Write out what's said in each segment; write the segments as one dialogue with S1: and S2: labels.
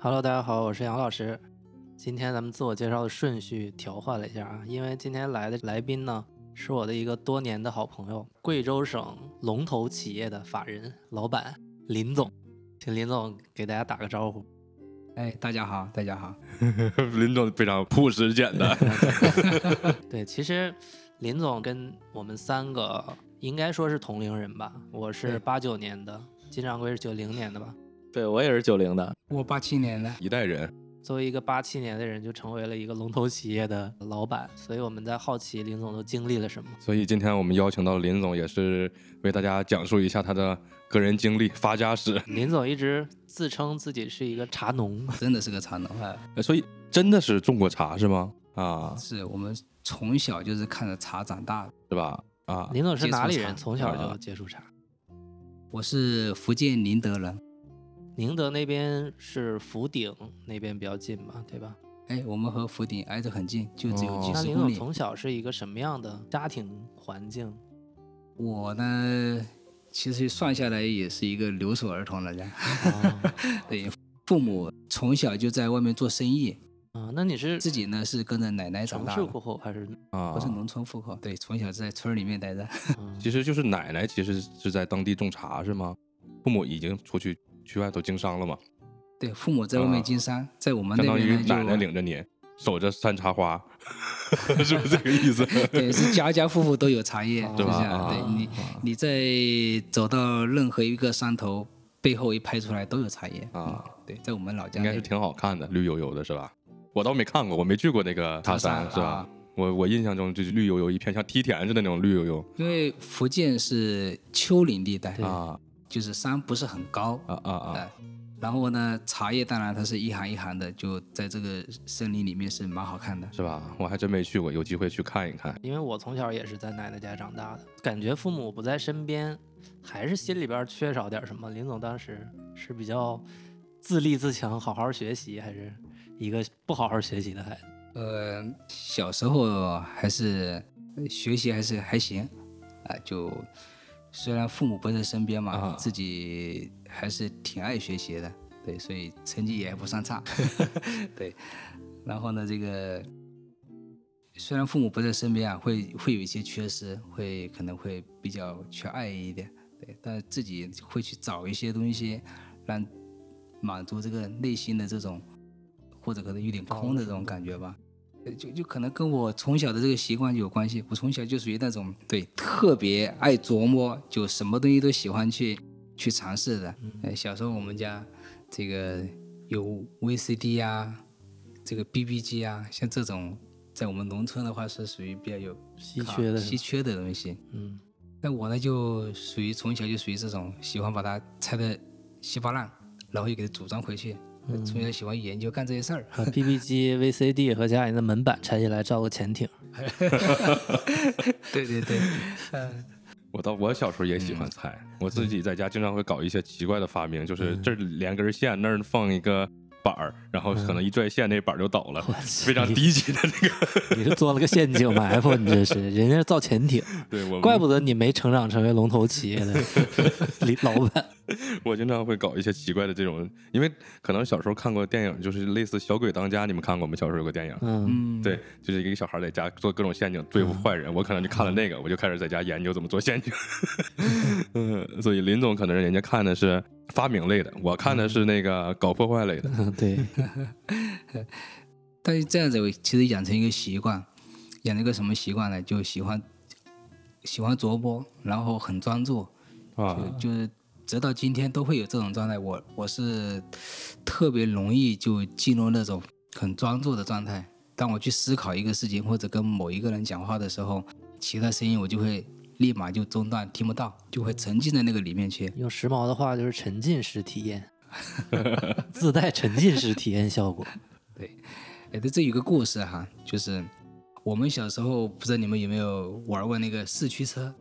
S1: Hello，大家好，我是杨老师。今天咱们自我介绍的顺序调换了一下啊，因为今天来的来宾呢是我的一个多年的好朋友，贵州省龙头企业的法人老板林总，请林总给大家打个招呼。
S2: 哎，大家好，大家好。
S3: 林总非常朴实简单，
S1: 对，其实林总跟我们三个应该说是同龄人吧，我是
S2: 对
S1: 八九年的，金掌柜是九零年的吧。
S4: 对我也是九零的，
S2: 我八七年的，
S3: 一代人。
S1: 作为一个八七年的人，就成为了一个龙头企业的老板，所以我们在好奇林总都经历了什么。
S3: 所以今天我们邀请到林总，也是为大家讲述一下他的个人经历、发家史。
S1: 林总一直自称自己是一个茶 农，
S2: 真的是个茶农啊！
S3: 呃所以真的是种过茶是吗？啊，
S2: 是我们从小就是看着茶长大的。
S3: 是吧？啊，
S1: 林总是哪里人？
S2: 接触茶啊
S1: 从小就接触茶。
S2: 我是福建宁德人。
S1: 宁德那边是福鼎那边比较近吧，对吧？
S2: 哎，我们和福鼎挨着很近，就只有
S3: 哦
S2: 几
S1: 那
S2: 十
S1: 林
S2: 公
S1: 总
S2: 里。
S1: 从小是一个什么样的家庭环 境？
S2: 我呢，其实算下来也是一个留守儿童了呀。哦
S1: 啊
S2: 对，父母从小就在外面做生意，
S1: 啊，那你是
S2: 自己呢是跟着奶奶长
S1: 城
S2: 大
S1: 市
S2: 的，
S1: 过后还 是？
S3: 啊
S2: 不是农村户口。对，从小在村儿里面待着。
S1: 嗯
S3: 其实就是奶奶，其实是在当地种茶是吗？父母已经出去去外头经商了嘛，
S2: 对，父母在外面
S3: 啊
S2: 经商，在我们
S3: 相
S2: 那
S3: 当于
S2: 边呢就
S3: 奶奶领着你守着山茶花， 是不是这个意思？
S2: 对，是家家户户都有茶叶，
S1: 哦
S2: 是不是
S3: 对吧
S2: 啊？对
S3: 啊
S2: 你，你在走到任何一个山头，背后一拍出来都有茶叶
S3: 啊。
S2: 嗯对，在我们老家
S3: 应该是
S2: 那边
S3: 挺好看的，绿油油的是吧？我倒没看过，我没去过那个塔山，是吧？
S2: 啊
S3: 我我印象中就是绿油油一片，像梯田似的那种绿油油
S2: 因为福建是丘陵地带，
S3: 啊
S2: 就是山不是很高
S3: 啊啊啊！
S2: 啊。然后呢，茶叶当然它是一行一行的，就在这个森林里面是蛮好看的。
S3: 是吧？我还真没去过，有机会去看一看。
S1: 因为我从小也是在奶奶家长大的，感觉父母不在身边，还是心里边缺少点什么。林总当时是比较自立自强，好好学习，还是一个不好好学习的孩子？
S2: 呃，小时候还是呃学习还是还行，啊、就虽然父母不在身边嘛，
S3: 啊
S2: 自己还是挺爱学习的，对，所以成绩也不算差，对。然后呢，这个虽然父母不在身边啊，会会有一些缺失，会可能会比较缺爱一点，对，但自己会去找一些东西，让满足这个内心的这种，或者可能有点空的这种感觉吧。呃就就可能跟我从小的这个习惯有关系。我从小就属于那种对特别爱琢磨，就什么东西都喜欢去去尝试的。
S1: 嗯
S2: 呃，小时候我们家这个有 VCD 啊，这个 BB 机啊，像这种在我们农村的话是属于比较有
S1: 稀
S2: 卡
S1: 缺的是
S2: 稀
S1: 吧，
S2: 缺的东西。
S1: 嗯，
S2: 那我呢就属于从小就属于这种喜欢把它拆的稀巴烂，然后又给它组装回去。呃
S1: 嗯
S2: 从小喜欢研究干这些事儿，
S1: 把 BB 机、VCD 和家里的门板拆下来造个潜艇。
S2: 对对对，
S3: 我到我小时候也喜
S1: 嗯
S3: 欢猜，我自己在家经常会搞一些奇怪的发明，
S1: 嗯
S3: 就是这儿连根线，那儿放一个板儿，然后可能一拽线，那板儿就倒了， 非常低级的那个。
S1: 你是做了个陷阱埋伏，你这是，人家是造潜艇，
S3: 对我，
S1: 怪不得你没成长成为龙头企 业的李老板。
S3: 我经常会搞一些奇怪的这种，因为可能小时候看过电影，就是类似《小鬼当家》，你们看过吗？小时候有个电影，
S1: 嗯，
S2: 嗯，
S3: 对，就是一个小孩在家做各种陷阱对付坏人，我可能就看了那个，我就开始在家研究怎么做陷阱。 嗯，所以林总可能人家看的是发明类的，我看的是那个搞破坏类的。
S1: 对，
S2: 但是这样子，我其实养成一个习惯，养成一个什么习惯呢？就喜欢喜欢琢磨，然后很专注，
S3: 啊
S2: 就就是直到今天都会有这种状态。我我是特别容易就进入那种很专注的状态。当我去思考一个事情或者跟某一个人讲话的时候，其他声音我就会立马就中断，听不到，就会沉浸在那个里面去。
S1: 用时髦的话就是沉浸式体验。 自带沉浸式体验效果。
S2: 哎，这这有个故事哈，就是我们小时候不知道你们有没有玩过那个四驱车？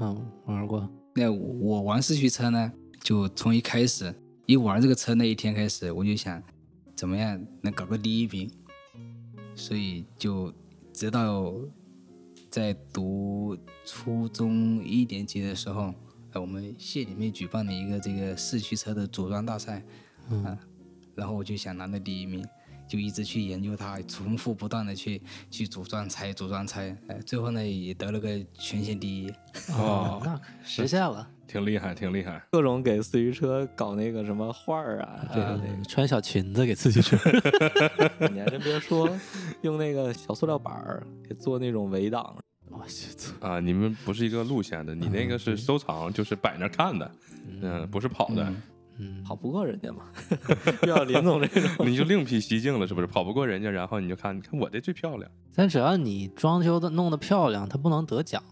S1: 嗯，玩过。
S2: 那我我玩四驱车呢，就从一开始一玩这个车那一天开始，我就想怎么样能搞个第一名，所以就直到在读初中一年级的时候，呃，我们县里面举办了一个这个四驱车的组装大赛，啊，然后我就想拿到第一名。就一直去研究它，重复不断的去去组装拆组装拆，哎，最后呢也得了个全县第一。
S1: 哦，那实现了。
S3: 挺厉害，挺厉害。
S5: 各种给四驱车搞那个什么画儿啊，这个
S1: 嗯穿小裙子给自己车，
S5: 那个，你还真别说，用那个小塑料板儿给做那种围挡，
S1: 我去，
S3: 啊，你们不是一个路线的，你那个是收藏，就是摆那儿看的， 嗯，不是跑的，
S1: 嗯，
S5: 跑不过人家嘛。遇到林总这种，
S3: 你就另辟蹊径了，是不是？跑不过人家，然后你就看，你看我这最漂亮，
S1: 但只要你装修的弄得漂亮，它不能得奖，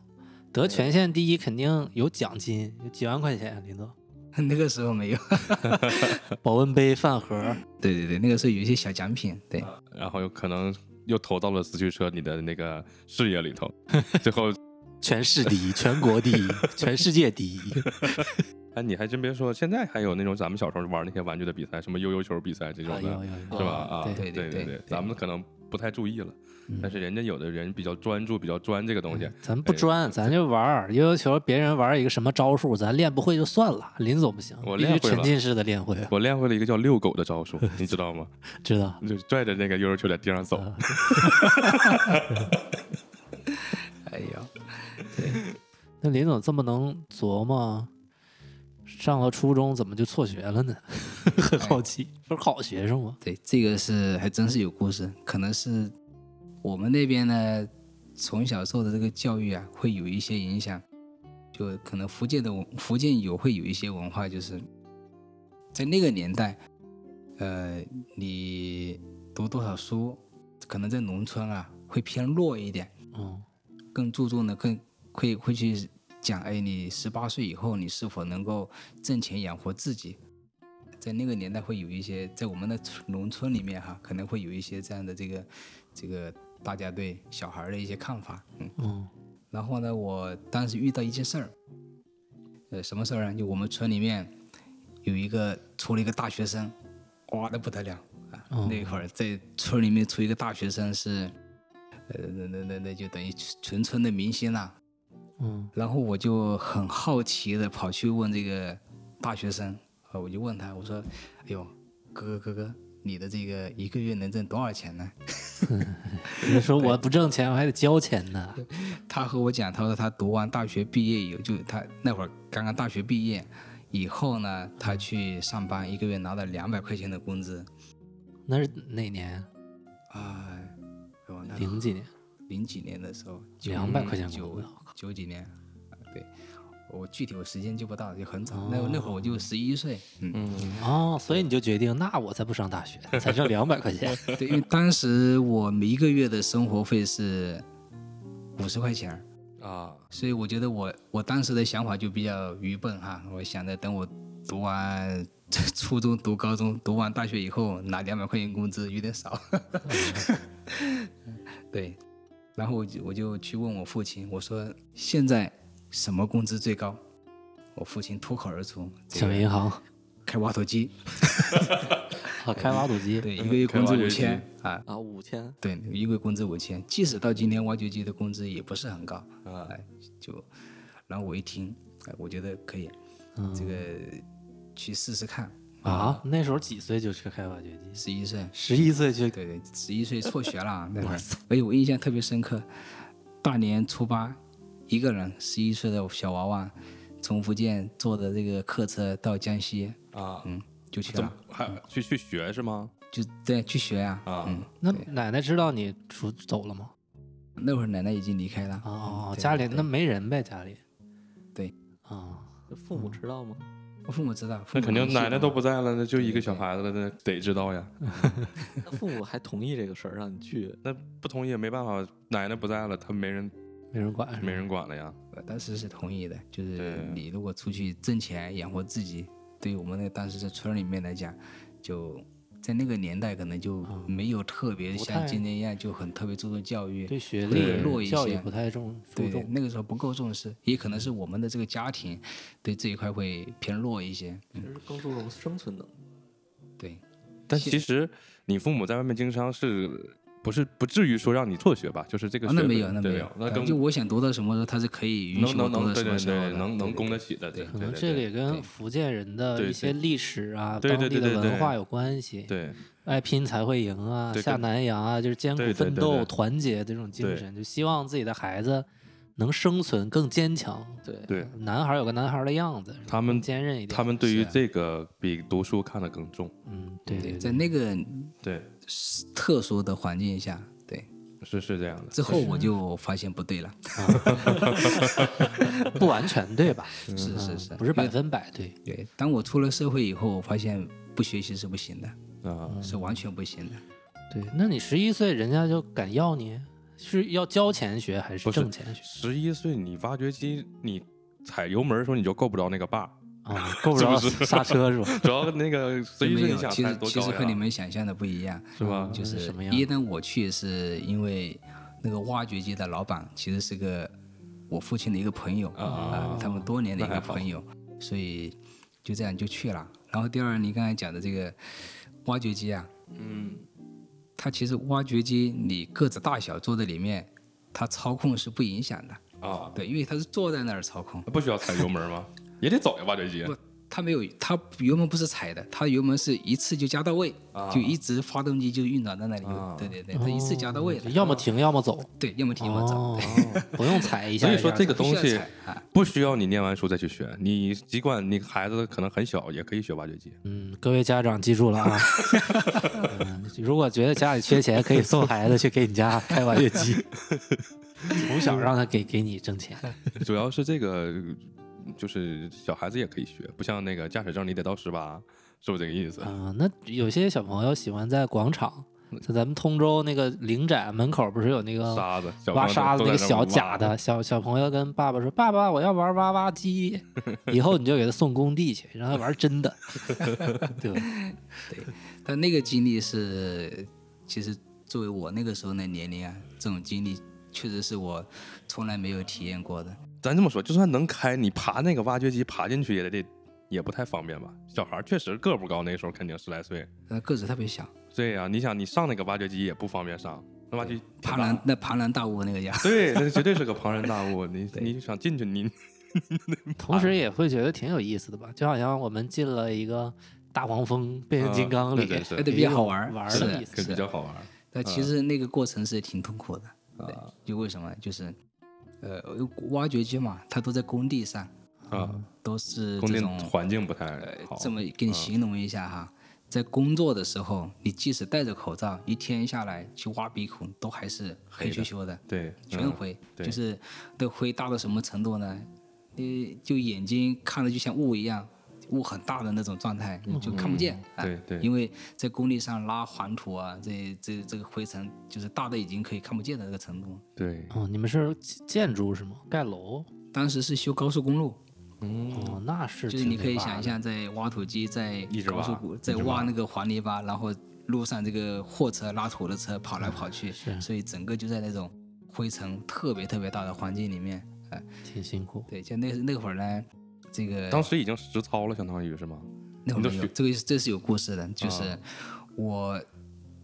S1: 得全县第一肯定有奖金，有几万块钱，林总。
S2: 那个时候没有，
S1: 保温杯、饭盒，
S2: 对对对，那个时候有一些小奖品，对，
S3: 然后有可能又投到了四驱车你的那个事业里头，最后，
S1: 全市第一，全国 第一，全世界第一。
S3: 哎，你还真别说，现在还有那种咱们小时候玩那些玩具的比赛，什么悠悠球比赛这种
S1: 啊有有
S3: 的，
S1: 有，
S3: 是吧？啊，
S1: 对
S3: 对
S2: 对
S3: 对
S2: 对对，
S3: 咱们可能不太注意了，但是人家有的人比较专注，比较专这个东西，
S1: 咱不专，咱就玩儿悠悠球。别人玩儿一个什么招数，咱练不会就算了。林总不行，
S3: 我
S1: 必
S3: 练
S1: 须
S3: 会
S1: 沉
S3: 了
S1: 浸式的练会啊，
S3: 我练会了一个叫遛狗的招数，你知道吗？
S1: 知道？
S3: 就拽着那个悠悠球在地上走，
S1: 啊
S2: 哎呀，
S1: 那林总这么能琢磨，上了初中怎么就辍学了呢？ 很好奇，不是好学生吗？
S2: 对，这个是还真是有故事，可能是我们那边呢，从小受的这个教育啊，会有一些影响，就可能福建的文福建有会有一些文化，就是在那个年代，呃，你读多少书，可能在农村啊会偏弱一点，
S1: 嗯，
S2: 更注重的更会会去讲，哎，你十八岁以后你是否能够挣钱养活自己？在那个年代会有一些，在我们的村农村里面哈，可能会有一些这样的这个这个大家对小孩儿的一些看法，嗯
S1: 嗯
S2: 然后呢，我当时遇到一件事儿，呃，什么事儿啊？就我们村里面有一个出了一个大学生，哇，那不得了啊！
S1: 哦嗯
S2: 那会儿在村里面出一个大学生是，呃，那那那那就等于全村的明星啦、
S1: 嗯
S2: 然后我就很好奇的跑去问这个大学生，啊，我就问他，我说：“哎呦，哥哥哥哥，你的这个一个月能挣多少钱呢？”
S1: 嗯你说我不挣钱，我还得交钱呢。
S2: 他和我讲，他说他读完大学毕业以后，就他那会儿刚刚大学毕业以后呢，他去上班，一个月拿了两百块钱的工资
S1: 那是哪年？
S2: 啊，哎呦那
S1: 零几年？
S2: 零几年的时候，九
S1: 200块钱工
S2: 九
S1: 资
S2: 九几年，啊对，我具体我时间记不到，就很早，那那会儿我就十一岁，嗯，
S1: 哦，所以你就决定，那我才不上大学，才挣两百块钱。
S2: 对，因为当时我一个月的生活费是五十块钱儿，
S3: 啊，
S2: 所以我觉得我我当时的想法就比较愚笨哈，我想着等我读完初 中、读高中、读完大学以后拿两百块钱工资有点少， 对，然后我就我就去问我父亲，我说现在什么工资最高？我父亲脱口而出，这
S1: 小
S2: 个
S1: 银 行
S2: 开挖土机，
S1: 啊，开挖土机。
S2: 对，一个月
S3: 哎开
S2: 工资
S3: 挖掘
S2: 五
S3: 机
S2: 千啊，
S5: 啊，五千，
S2: 对，一个月工资五千，即使到今天挖掘机的工资也不是很高，
S3: 啊
S2: 哎，就，然后我一听，哎，我觉得可以，
S1: 嗯
S2: 这个去试试看，
S1: 啊，那时候几岁就去开挖掘机？
S2: 十一岁，
S1: 十一岁去
S2: 对对，十一岁辍 学了，啊那会儿，而哎且我印象特别深刻，大年初八，一个人十一岁的小娃娃，从福建坐的这个客车到江西，
S3: 啊，
S2: 嗯，就去
S3: 怎么
S2: 了，
S3: 还去去学是吗？
S2: 就对去学啊，
S3: 啊
S2: 嗯，
S1: 那
S2: 对
S1: 奶奶知道你出走了吗？
S2: 那会儿奶奶已经离开了，
S1: 哦，
S2: 嗯对
S1: 家里
S2: 对
S1: 那没人呗，家里。
S2: 对。
S1: 啊，
S5: 父母知道吗？
S2: 我父母啊知道，
S3: 那肯定奶奶都
S2: 不。
S3: 不在了，那就一个小孩子了，那得知道呀。
S5: 那父母还同意这个事儿让你去？
S3: 那不同意也没办法，奶奶不在了，他没人
S1: 没人管。
S3: 没。人管了呀。
S2: 我当时是同意的，就是
S3: 对
S2: 你如果出去挣钱养活自己，对于我们那当时在村里面来讲，就在那个年代可能就
S3: 啊
S2: 没有特别
S1: 不
S2: 像
S1: 太
S2: 今天一样就很特别注重教育，
S1: 对学
S2: 对弱
S1: 历
S2: 一
S1: 教育
S2: 些
S1: 不太重注
S2: 对
S1: 重，
S2: 那个时候不够重视，也可
S3: 嗯
S2: 能是我们的这个家庭对这一块会偏弱一些。
S5: 其实更注重生存能力。
S2: 对，
S3: 但
S2: 现
S3: 其实你父母在外面经商是。不是不至于说让你辍学吧，就是这个
S2: 啊，
S3: 学
S2: 那没
S3: 费
S2: 有，那
S3: 对
S2: 没有，
S3: 那
S2: 对
S3: 跟
S2: 就我想读到什么时候，他是可以允
S3: 能
S2: 许我
S3: 能
S2: 读
S3: 能
S2: 到
S3: 对
S2: 什么
S3: 对
S2: 时候的，
S3: 对，能能供得
S2: 的。
S3: 起的，对，
S2: 对
S1: 可
S3: 对
S1: 能
S3: 对
S1: 这个
S3: 对
S1: 也跟福建人的
S3: 对
S1: 一些
S3: 对
S1: 历史啊、
S3: 对
S1: 当
S3: 对
S1: 地
S3: 对
S1: 的
S3: 对
S1: 文化有关系。
S3: 对
S1: 爱拼才会赢啊，
S3: 对
S1: 下
S3: 跟
S1: 南洋啊，就是艰苦
S3: 对对
S1: 奋
S3: 对
S1: 斗、
S3: 对
S1: 团结这种精
S3: 对
S1: 神，就希望自己的孩子能生存、更坚强。
S5: 对，
S3: 对，
S1: 男孩有个男孩的样子，
S3: 他们
S1: 更坚韧一点。
S3: 他们对于
S2: 是啊
S3: 这个比读书看得更重，
S1: 嗯，对
S2: 对，
S1: 对
S2: 在那个
S3: 对，
S2: 特殊的环境下，对，
S3: 是是这样的。
S2: 之后我就发现不对了。
S1: 对，不完全对 吧？
S2: 是
S1: 嗯
S2: 是是，
S1: 不是百
S2: 因为
S1: 分百对？
S2: 对。当我出了社会以后，我发现不学习是不行的，
S3: 啊，
S2: 是完全不行的。
S1: 对，那你十一岁，人家就敢要你，是要交钱学还是
S3: 不是
S1: 挣钱学
S3: 十一岁你挖掘机你踩油门的时候你就够不着那个把，
S1: 啊？够不着
S3: 是不是
S1: 刹车是吧？
S3: 主要那个 十一
S2: 没
S3: 岁你
S2: 有，
S3: 想
S2: 其
S3: 踩
S2: 实
S3: 多
S2: 其实
S3: 高
S2: 和你
S3: 呀？
S2: 们想象的不一样，
S3: 是吧
S2: 就
S1: 嗯
S2: 是
S1: 什么样
S2: 一呢，我去是因为那个挖掘机的老板其实是个我父亲的一个朋友啊、他们多年的一
S3: 那还
S2: 个
S3: 好
S2: 朋友，所以就这样就去了。然后第二，你刚才讲的这个挖掘机啊，
S5: 嗯，
S2: 它其实挖掘机你个子大小坐在里面，它操控是不影响的，
S3: 啊，
S2: 对，因为它是坐在那儿操控。
S3: 不需要踩油门吗？也得走呀，挖掘机
S2: 不，它没有，它油门不是踩的，它油门是一次就加到位，
S3: 啊
S2: 就一直发动机就运转在那里。对 对对，它一次加到位了，
S1: 哦要么停，要么走。
S2: 对，要么停，要么走。
S1: 哦， 不用踩一下。
S3: 所以说这个
S2: 不需
S3: 东
S2: 要
S3: 西
S2: 踩啊
S3: 不需要你念完书再去学，你尽管你孩子可能很小，也可以学挖掘机。
S1: 嗯，各位家长记住了啊！ 嗯如果觉得家里缺钱，可以送孩子去给你家开挖掘机，从小让他给给你挣钱。
S3: 主要是这个，就是小孩子也可以学，不像那个驾驶证你得到十八，是不是这个意思？
S1: 啊、那有些小朋友喜欢在广场，在咱们通州那个领展门口不是有那个
S3: 沙子，小
S1: 挖
S3: 朋友
S1: 沙子
S3: 都
S1: 那
S3: 在
S1: 个
S3: 那
S1: 小
S3: 挖
S1: 假的，小小朋友跟爸爸说：“爸爸，我要玩挖挖机。”以后你就给他送工地去，让他玩 真的。对吧，
S2: 但那个经历是，其实作为我那个时候的年龄啊，这种经历确实是我从来没有体验过的。
S3: 咱这么说，就算能开，你爬那个挖掘机爬进去也得也不太方便吧？小孩儿确实个不高，那时候肯定十来岁。
S2: 呃，个子特别小，
S3: 对呀、啊你想你上那个挖掘机也不方便上，那挖掘机挺大
S2: 庞 然那庞然大物那个样。
S3: 对，那绝对是个庞然大物。你你就想进去， 你
S1: 同时也会觉得挺有意思的吧，就好像我们进了一个大黄蜂变形金
S3: 啊
S1: 刚
S3: 对
S1: 里，
S3: 对是
S2: 哎，对，
S1: 也
S2: 比较
S1: 有
S2: 好玩，
S1: 玩
S2: 是
S1: 的意思
S3: 可
S2: 是
S3: 比较嗯好玩儿。
S2: 但其实那个过程是挺痛苦的，对，就为什么呢？就是，呃，挖掘机嘛，它都在工地上，
S3: 啊，
S2: 都是
S3: 工
S2: 这
S3: 地
S2: 种
S3: 环境不太好嗯
S2: 呃，这么给你形容一下哈，在工作的时候，你即使戴着口罩，一天下来去挖鼻孔，都还是黑黢黢的，
S3: 对，
S2: 全
S3: 嗯
S2: 灰，
S3: 对
S2: 就是那灰大到什么程度呢？你就眼睛看着就像雾一样，雾很大的那种状态，你就看不见。啊
S3: 对嗯对
S2: 因为在工地上拉黄土啊，这这这个灰尘就是大的已经可以看不见的那个程度。
S3: 对，
S1: 哦，你们是建建筑是吗？盖楼？
S2: 当时是修高速公路，
S1: 哦，那是
S2: 嗯就是
S1: 挺
S2: 你可
S1: 得
S2: 以
S1: 挖
S2: 想
S1: 的
S2: 象，在挖土机在
S3: 一直
S2: 高速
S3: 挖
S2: 谷
S3: 一
S2: 在
S3: 直
S2: 挖
S3: 挖
S2: 那个黄泥巴，然后路上这个货车拉土的车跑来跑去，
S1: 是
S2: 所以整个就在那种灰尘特别特别大的环境里面。
S1: 挺辛苦。
S2: 对，就那那会儿呢，这个
S3: 当时已经实操了，相当于是吗？
S2: 那会儿
S3: 你都
S2: 没有
S3: 学
S2: 这个是这是有故事的，就是
S3: 啊
S2: 我，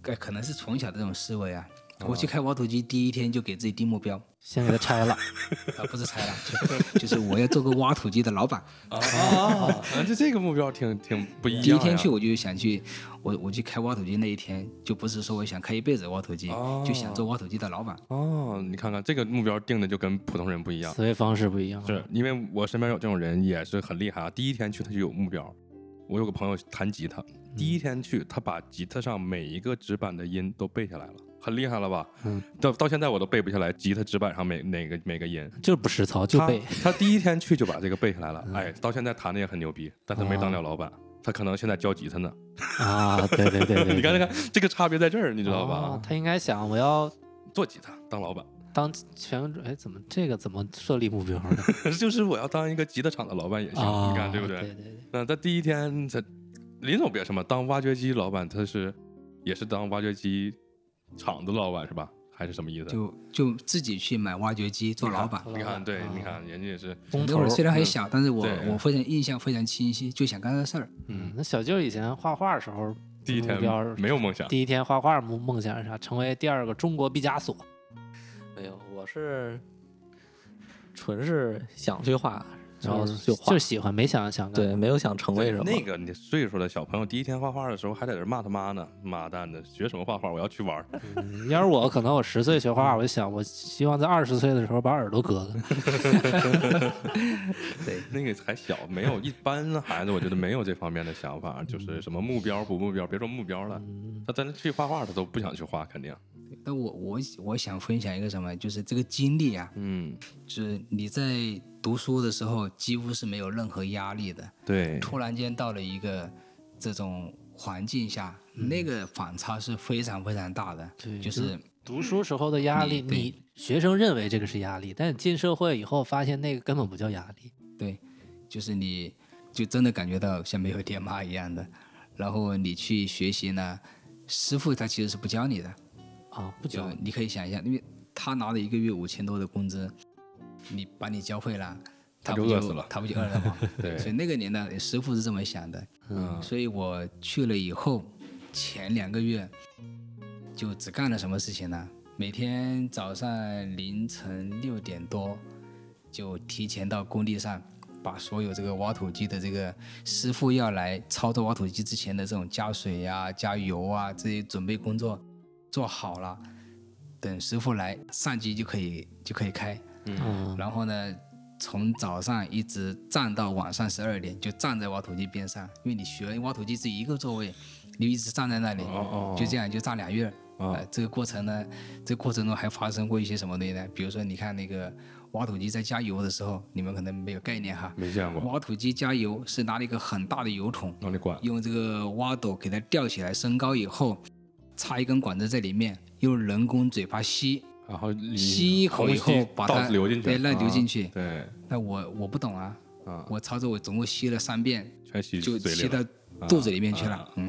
S2: 哎，可能是从小的这种思维啊。我去开挖土机第一天就给自己定目标，啊，
S1: 先给它拆 了，
S2: 不是拆了，就就是我要做个挖土机的老板。
S3: 啊，就这个目标挺挺不一样呀。
S2: 第一天去我就想去，我我去开挖土机那一天，就不是说我想开一辈子挖土机，就想做挖土机的老板。
S3: 哦，你看看这个目标定的就跟普通人不一样，
S1: 思维方式不一样。
S3: 是因为我身边有这种人也是很厉害啊。第一天去他就有目标，我有个朋友弹吉他，第一天去他把吉他上每一个指板的音都背下来了，很厉害了吧？
S1: 嗯，
S3: 到到现在我都背不下来吉他指板上每哪个每个音。
S1: 就不实操，就 背。
S3: 他。他第一天去就把这个背下来了，哎，到现在弹的也很牛逼，但他没当了老板，他可能现在教吉他呢。
S1: 啊，对对对 对，
S3: 你看，你
S1: 对
S3: 看这个差别在这儿，你知道吧？
S1: 哦他应该想我要
S3: 做吉他当老板，
S1: 当全哎怎么这个怎么设立目标呢？
S3: 就是我要当一个吉他厂的老板 也行，
S1: 啊，
S3: 你看对不
S1: 对？
S3: 对？
S1: 对对
S3: 那他第一天他林总别什么，当挖掘机老板他是也是当挖掘机厂的老板是吧？还是什么意思？
S2: 就就自己去买挖掘机做老板。
S3: 你看，对，
S1: 啊
S3: 你看人家也是
S1: 工
S2: 那
S1: 头
S2: 会
S1: 儿
S2: 儿虽然
S3: 嗯
S2: 很小，但是我
S3: 对
S2: 我非常印象非常清晰，就想干这事儿。
S1: 嗯，那小舅以前画画时候，
S3: 第一天嗯
S1: 目标是
S3: 没有梦想，
S1: 第一天画画梦梦想是啥？成为第二个中国毕加索。
S5: 没有，哎我是纯是想去画，然后
S1: 就是
S5: 就画，
S1: 就喜欢，没想想干。
S5: 对，没有想成为什么。
S3: 嗯那个你岁数的小朋友第一天画画的时候还在这骂他妈呢，妈蛋的，学什么画画？我要去玩儿。
S1: 嗯要是我，可能我十岁学画，我就想，我希望在二十岁的时候把耳朵割 了。
S2: 对，
S3: 那个还小，没有一般的孩子，我觉得没有这方面的想法，就是什么目标不目标，别说目标了，
S2: 嗯
S3: 他真的去画画，他都不想去画，肯定。
S2: 那我我我想分享一个什么，就是这个经历啊，
S3: 嗯，
S2: 就是你在读书的时候几乎是没有任何压力的，
S3: 对，
S2: 突然间到了一个这种环境下，那个反差是非常非常大的，
S1: 对
S2: 就是
S1: 读书时候的压力，
S2: 你对
S1: 你学生认为这个是压力，但进社会以后发现那个根本不叫压力。
S2: 对，就是你就真的感觉到像没有爹妈一样的，然后你去学习呢，师傅他其实是不教你的，
S1: 啊，不
S2: 就
S1: 教你
S2: 你可以想一下，因为他拿了一个月五千多的工资，你把你教会了，
S3: 他
S2: 不
S3: 就饿死了
S2: 他不就饿了吗？
S3: 对
S2: 所以那个年代师傅是这么想的，
S3: 嗯
S2: 所以我去了以后，前两个月就只干了什么事情呢？每天早上凌晨六点多就提前到工地上，把所有这个挖土机的这个师傅要来操作挖土机之前的这种加水呀、加油啊这些准备工作做好了，等师傅来上机就可以就可以开。
S1: 嗯，
S2: 然后呢，从早上一直站到晚上十二点，就站在挖土机边上，因为你学挖土机只有一个座位，你一直站在那里，
S3: 哦哦
S2: 就这样就站俩月。
S3: 哦
S2: 呃这个过程呢，这个过程中还发生过一些什么东西呢？比如说，你看那个挖土机在加油的时候，你们可能没有概念哈。
S3: 没见过，
S2: 挖土机加油是拿了一个很大的油桶，
S3: 往里管。
S2: 用这个挖斗给它吊起来，升高以后，插一根管子在里面，用人工嘴巴吸，
S3: 然后里
S2: 吸一口以后
S3: 吸
S2: 把
S3: 倒
S2: 它
S3: 流进去，
S2: 对那流进去
S3: 啊对，
S2: 那我我不懂啊，
S3: 啊
S2: 我操作我总共吸了三遍，
S3: 全吸
S2: 就
S3: 嘴
S2: 吸
S3: 里
S2: 到
S3: 了。
S2: 肚子里面去了。
S3: 啊
S2: 嗯，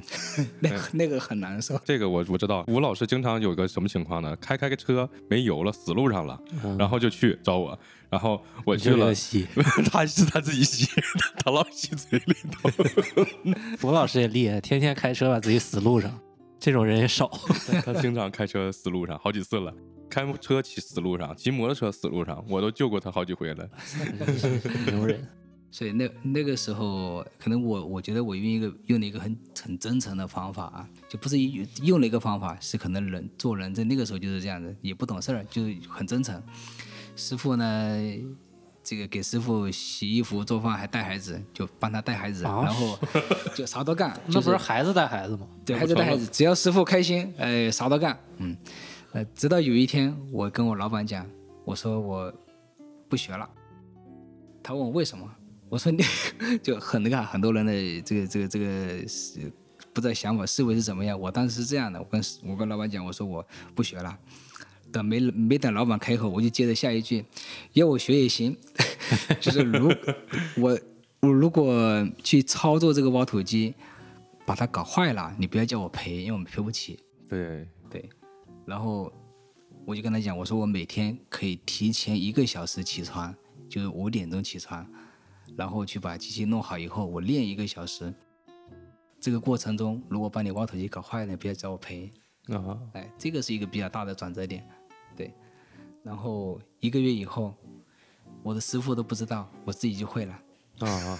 S2: 那个那个很难受。
S3: 这个我我知道，吴老师经常有个什么情况呢？开开个车没油了，死路上了，
S2: 嗯
S3: 然后就去找我，然后我去了，
S5: 西
S3: 他是他自己吸， 他老吸嘴里头。
S1: 吴老师也厉害，天天开车把自己死路上，这种人也 少。
S3: 他经常开车死路上，好几次了。开车骑死路上，骑摩托车死路上，我都救过他好几回了。
S1: 牛 人，
S2: 所以那那个时候，可能我我觉得我用一个用了一个很很真诚的方法啊，就不是一用了一个方法，是可能人做人在那个时候就是这样子，也不懂事儿，就是很真诚。师傅呢，这个给师傅洗衣服、做饭，还带孩子，就帮他带孩子，
S1: 啊
S2: 然后就啥 都干。
S1: 那不
S2: 就是
S1: 孩子带孩子吗？
S2: 对，孩子带孩子，只要师傅开心，哎，啥都干。嗯，呃，直到有一天，我跟我老板讲，我说我不学了。他问我为什么，我说你 就很那个啊很多人的这个这个这个是不知道想法思维是怎么样。我当时是这样的，我跟我跟老板讲，我说我不学了。等没没等老板开口，我就接着下一句，要我学也行， 就是如我我如果去操作这个挖土机，把它搞坏了，你不要叫我赔，因为我们赔不起。
S3: 对，
S2: 对，然后我就跟他讲，我说我每天可以提前一个小时起床，就是五点钟起床，然后去把机器弄好以后，我练一个小时。这个过程中，如果把你挖土机搞坏了，不要找我赔。
S3: 啊，
S2: 哎，这个是一个比较大的转折点，对。然后一个月以后，我的师傅都不知道，我自己就会了。
S1: 啊，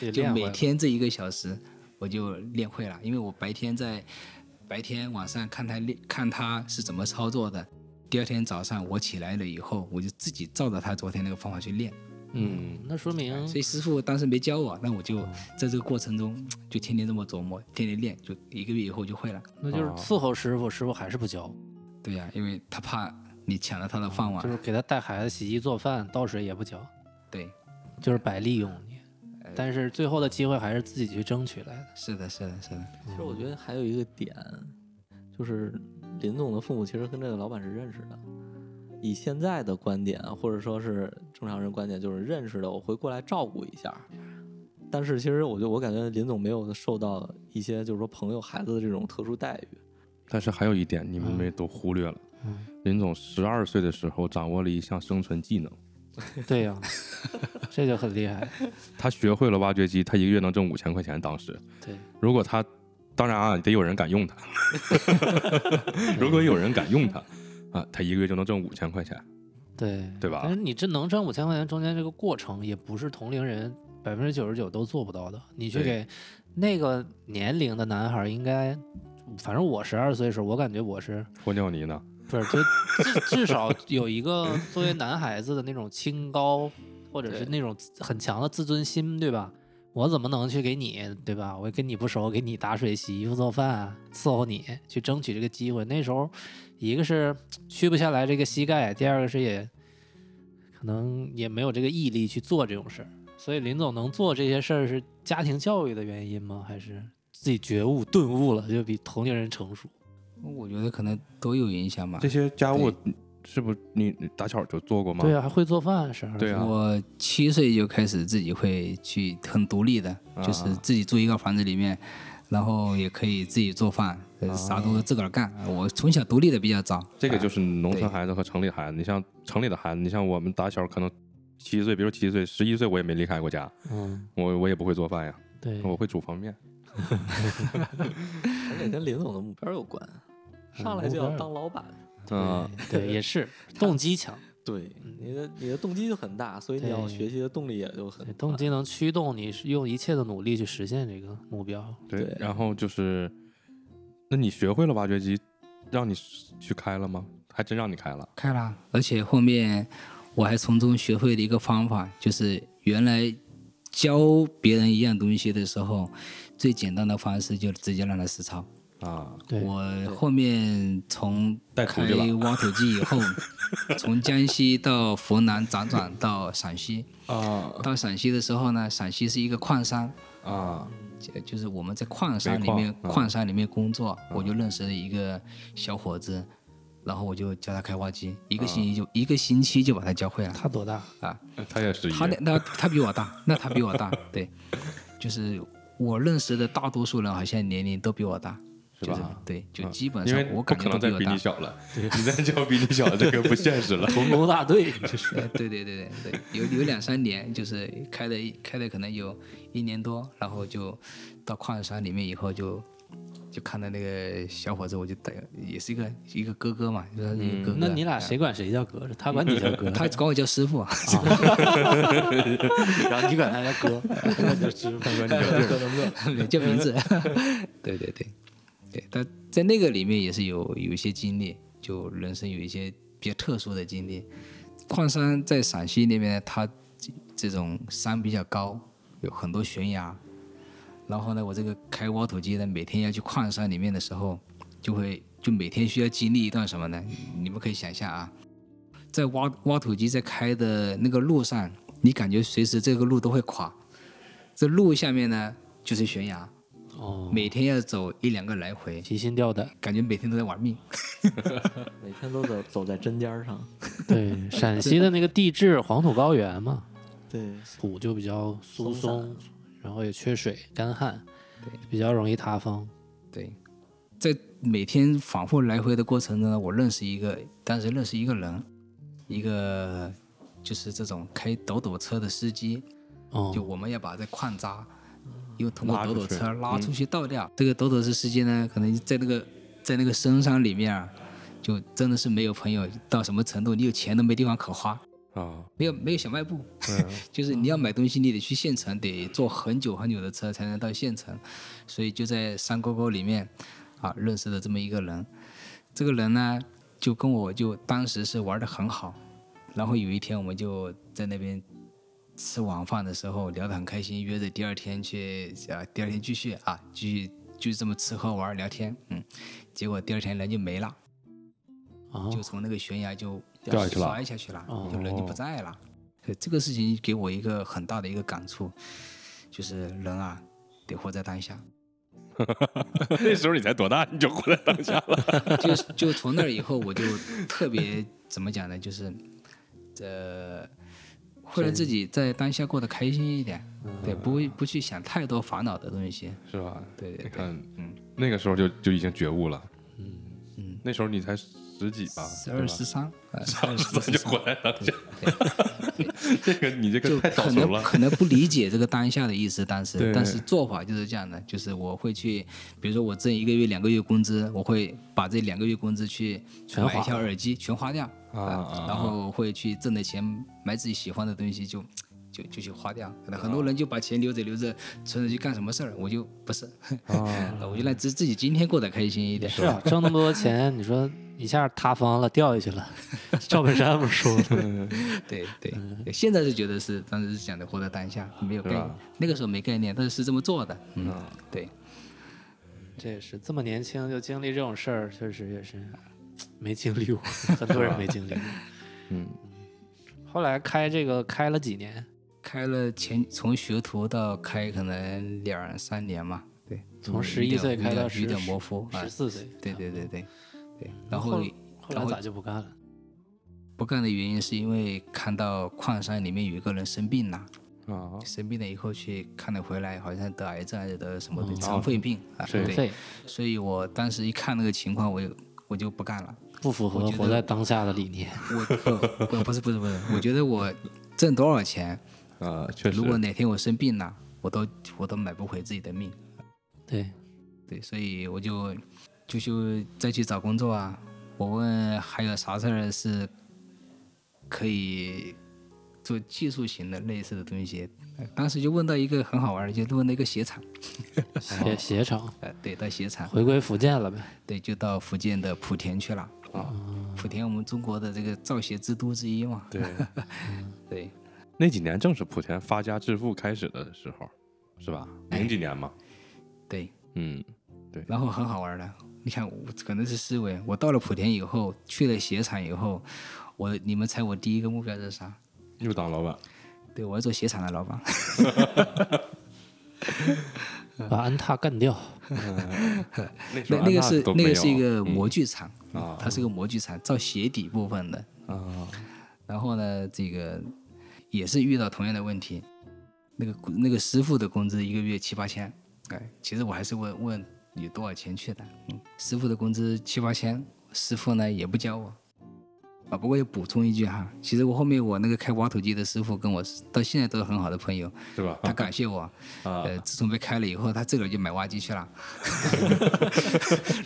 S1: 自己
S2: 就
S1: 练回
S2: 每
S1: 来
S2: 天这一个小时，我就练会了，因为我白天在白天晚上看他练，看他是怎么操作的。第二天早上我起来了以后，我就自己照着他昨天那个方法去练。
S1: 嗯，那说明
S2: 哎所以师傅当时没教我，那我就在这个过程中就天天这么琢磨，天天练，就一个月以后就会了。
S1: 那就是伺候师傅，师傅还是不教，
S2: 对呀、因为他怕你抢了他的饭碗。
S1: 就是给他带孩子、洗衣做饭、倒水也不教，
S2: 对，
S1: 就是白利用你。但是最后的机会还是自己去争取来 的。
S2: 是的，是的，是的。
S5: 其实我觉得还有一个点，就是林总的父母其实跟这个老板是认识的，以现在的观点，或者说是正常人观点，就是认识的我会过来照顾一下。但是其实我就我感觉林总没有受到一些就是说朋友孩子的这种特殊待遇，
S3: 但是还有一点你们没都忽略了，林总十二岁的时候掌握了一项生存技能，
S1: 对呀、这就很厉害。
S3: 他学会了挖掘机，他一个月能挣五千块钱。当时
S1: 对，
S3: 如果他，当然啊，得有人敢用 它。如果有人敢用它，啊，他一个月就能挣五千块钱，
S1: 对
S3: 对吧
S1: 但是你这能挣五千块钱，中间这个过程也不是同龄人百分之九十九都做不到的。你去
S3: 对
S1: 给那个年龄的男孩儿，应该，反正我十二岁的时候，我感觉我是
S3: 泼尿泥呢？
S1: 不是就至至少有一个作为男孩子的那种清高，或者是
S5: 对
S1: 那种自很强的自尊心，对吧？我怎么能去给你，对吧？我跟你不熟，给你打水、洗衣服、做饭，伺候你，去争取这个机会。那时候，一个是屈不下来这个膝盖，第二个是也可能也没有这个毅力去做这种事儿。所以林总能做这些事儿，是家庭教育的原因吗？还是自己觉悟、顿悟了，就比同龄人成熟？
S2: 我觉得可能都有影响吧。
S3: 这些家务是不是你你打小就做过吗？
S1: 对啊，还会做饭，是
S3: 对啊
S2: 我七岁就开始自己会去很独立的，就是
S3: 啊
S2: 自己住一个房子里面，然后也可以自己做饭，呃啥都自个儿干。呃我从小独立的比较早，
S3: 啊这个
S2: 啊
S3: 就是农村
S2: 对
S3: 孩子和城里孩子。你像城里的孩子，你像我们打小可能七岁，比如七岁、十一岁，我也没离开过家，
S1: 嗯，
S3: 我我也不会做饭呀，
S1: 对，
S3: 我会煮方便面。
S5: 而且跟林总的目标有关，上来就要当老板。
S3: 嗯，
S1: 对，也 是动机强，
S5: 对，你的你的动机就很大，所以你要
S1: 对
S5: 学习的动力也就很
S1: 对，动机能驱动你是用一切的努力去实现这个目标。
S3: 对
S5: 对。
S3: 然后就是，那你学会了挖掘机，让你去开了吗？还真让你开了。
S2: 开了，而且后面我还从中学会了一个方法，就是原来教别人一样东西的时候，最简单的方式就直接让他实操。
S3: 啊，
S1: 对
S2: 我后面从
S3: 带
S2: 开
S3: 徒弟了
S2: 挖土机以后，从江西到湖南辗转到陕西。
S3: 啊
S2: 到陕西的时候呢，陕西是一个矿山，
S3: 啊
S2: 就就是我们在矿山里
S3: 煤
S2: 面，
S3: 矿啊
S2: 矿山里面工作，我就认识了一个小伙子，然后我就教他开挖机，一
S3: 嗯
S2: 个星期就一个星期就把他教会了。啊
S1: 他多大？
S3: 他也是一
S2: 呃他那那他比我大，那他比我大， 对，就是我认识的大多数人好像年龄都比我大，
S3: 是
S2: 就是
S3: 吧？嗯
S2: 对，就基本
S3: 因
S2: 上
S3: 为
S2: 我
S3: 不
S2: 感
S3: 可
S2: 觉
S3: 能
S2: 都
S3: 再
S2: 我
S3: 比
S2: 大
S3: 你。小 了，你再叫比你小这个不现实了。
S5: 铜锣大队，这 是
S2: 哎对对对对对，有有两三年，就是开了一开了可能有一年多，然后就到矿山里面以后就就看到那个小伙子，我就带也是一个一个哥哥嘛，就是他是
S3: 嗯
S2: 一个哥哥。
S1: 那你俩谁管谁叫哥？是 他管你叫哥，
S2: 他管我叫师傅，啊
S1: 然后你管他叫哥，
S2: 对叫名字。对对对，对他在那个里面也是有有一些经历，就人生有一些比较特殊的经历。矿山在陕西那边，它这这种山比较高，有很多悬崖。然后呢，我这个开挖土机呢，每天要去矿山里面的时候，就会就每天需要经历一段什么呢？你们可以想象啊，在挖挖土机在开的那个路上，你感觉随时这个路都会垮。这路下面呢就是悬崖，
S1: 哦，
S2: 每天要走一两个来回，
S1: 提心吊胆。
S2: 感觉每天都在玩命。
S5: 每天都走走在针尖儿上。
S1: 对，陕西的那个地质黄土高原嘛，
S5: 对，
S1: 土就比较疏松
S5: 松，
S1: 然后也缺水，干旱，比较容易塌方。
S2: 对，在每天反复来回的过程中呢，我认识一个，当时认识一个人，一个就是这种开斗斗车的司机，
S1: 哦
S2: 就，我们要把这矿渣，又通过
S3: 拉
S2: 斗
S3: 出
S2: 斗
S3: 去
S2: 车拉出去倒掉。这个斗斗车司机呢，可能在那个在那个深山里面啊，就真的是没有朋友到什么程度，你有钱都没地方可花，
S3: 啊，
S2: 没有没有小卖部，
S3: 嗯
S2: 就是你要买东西，你得去县城，得坐很久很久的车才能到县城，所以就在山沟沟里面啊认识了这么一个人。这个人呢，就跟我就当时是玩的很好，然后有一天我们就在那边吃晚饭的时候聊得很开心，约着第二天去啊，第二天继续啊，继续就这么吃喝玩聊天，嗯，结果第二天人就没了，
S1: 哦
S2: 就从那个悬崖就
S3: 掉下去了
S2: 摔下去了，
S1: 哦
S2: 就人就不在了。对这个事情给我一个很大的一个感触，就是人啊，得活在当下。
S3: 那时候你才多大，你就活在当下了。
S2: 就就从那以后，我就特别怎么讲呢？就是呃，会让自己在当下过得开心一点，
S3: 嗯
S2: 对，不会不去想太多烦恼的东西。
S3: 是 吧？
S2: 对对
S3: 你
S2: 对，
S3: 看，嗯，那个时候就就已经觉悟了，
S2: 嗯，
S3: 那时候你才十几吧，
S2: 十二十三，呃十二
S3: 早
S2: 十
S3: 就
S2: 三
S3: 回来了，这 这个你这
S2: 就
S3: 个太早
S2: 可
S3: 熟
S2: 能
S3: 了，
S2: 可能不理解这个当下的意思，当
S3: 对
S2: 时，但是做法就是这样的，就是我会去，比如说我挣一个月、两个月工资，我会把这两个月工资去
S1: 全
S2: 买一
S1: 花
S2: 条耳机，全花掉
S3: 啊啊
S2: 然后会去挣的钱买自己喜欢的东西就。就就去花掉，可能
S3: 啊
S2: 很多人就把钱留着留着，存着去干什么事儿，我就不是，
S3: 啊
S2: 啊我就让自自己今天过得开心一点。
S1: 是啊，挣那么多钱，你说一下塌方了，掉下去 了。赵本山不是说的吗
S2: 对对
S3: 嗯
S2: 对，现在是觉得是当时是讲的活在当下，没有概念，那个时候没概念，但是是这么做的。嗯，
S3: 啊
S2: 对，
S1: 这也是这么年轻就经历这种事儿，确实也是没经历过，很多人没经历过。
S3: 嗯，
S1: 后来开这个开了几年，
S2: 开了前从学徒到开可能两三年嘛，对，
S1: 从十一岁开到
S2: 有
S1: 十
S2: 点模糊啊
S1: 十，四岁，
S2: 对对对对对，
S1: 然
S2: 然
S1: 后
S2: 后
S1: 后来咋就不干了？
S2: 不干的原因是因为看到矿山里面有一个人生病了，
S3: 啊，
S1: 哦
S2: 生病了以后去看了回来，好像得癌症还是得什么的
S1: 嗯
S2: 肠肺病啊，
S3: 是
S2: 对，
S1: 对，
S2: 所以我当时一看那个情况，我也我就 不干了。
S1: 不符合
S2: 我觉得
S1: 活在当下的理 念。
S2: 我不不不是不是不是，我觉得我挣多少钱，
S3: 啊，确实，
S2: 如果哪天我生病了，我都我都买不回自己的命。
S1: 对，
S2: 对，所以我就就去再去找工作啊。我问还有啥事儿是可以做技术型的类似的东西，呃当时就问到一个很好玩儿的，就问到一个鞋厂，
S1: 鞋鞋厂
S2: 呃，对，到鞋厂，
S1: 回归福建了呗。
S2: 对，就到福建的莆田去了。啊，莆田我们中国的这个造鞋之都之一嘛。
S3: 对，
S2: 对，
S3: 那几年正是莆田发家致富开始的时候，是吧？零几年
S2: 哎
S3: 嘛，
S2: 对，
S3: 嗯，
S2: 然后很好玩儿的，你看我可能是思维，我到了莆田以后，去了鞋厂以后，我你们猜我第一个目标是啥？
S3: 又当老板，
S2: 对我要做鞋厂的老板。嗯
S1: 把安踏干掉，
S3: 那时
S2: 那
S3: 候
S2: 那
S3: 安
S2: 个
S3: 踏
S2: 是
S3: 都
S2: 那
S3: 没有
S2: 个是一个
S3: 嗯
S2: 模具厂
S3: 啊
S2: 它是个模具厂，造鞋底部分的。
S3: 啊，
S2: 然后呢，这个也是遇到同样的问题，那个那个师傅的工资一个月七八千，哎，其实我还是问问你多少钱去的，嗯，师傅的工资七八千，师傅呢也不教我。啊，不过也补充一句哈，其实我后面我那个开挖土机的师傅跟我是到现在都是很好的朋友，
S3: 是吧？
S2: 他感谢我，
S3: 啊
S2: 呃，自从被开了以后，他自个儿就买挖机去了。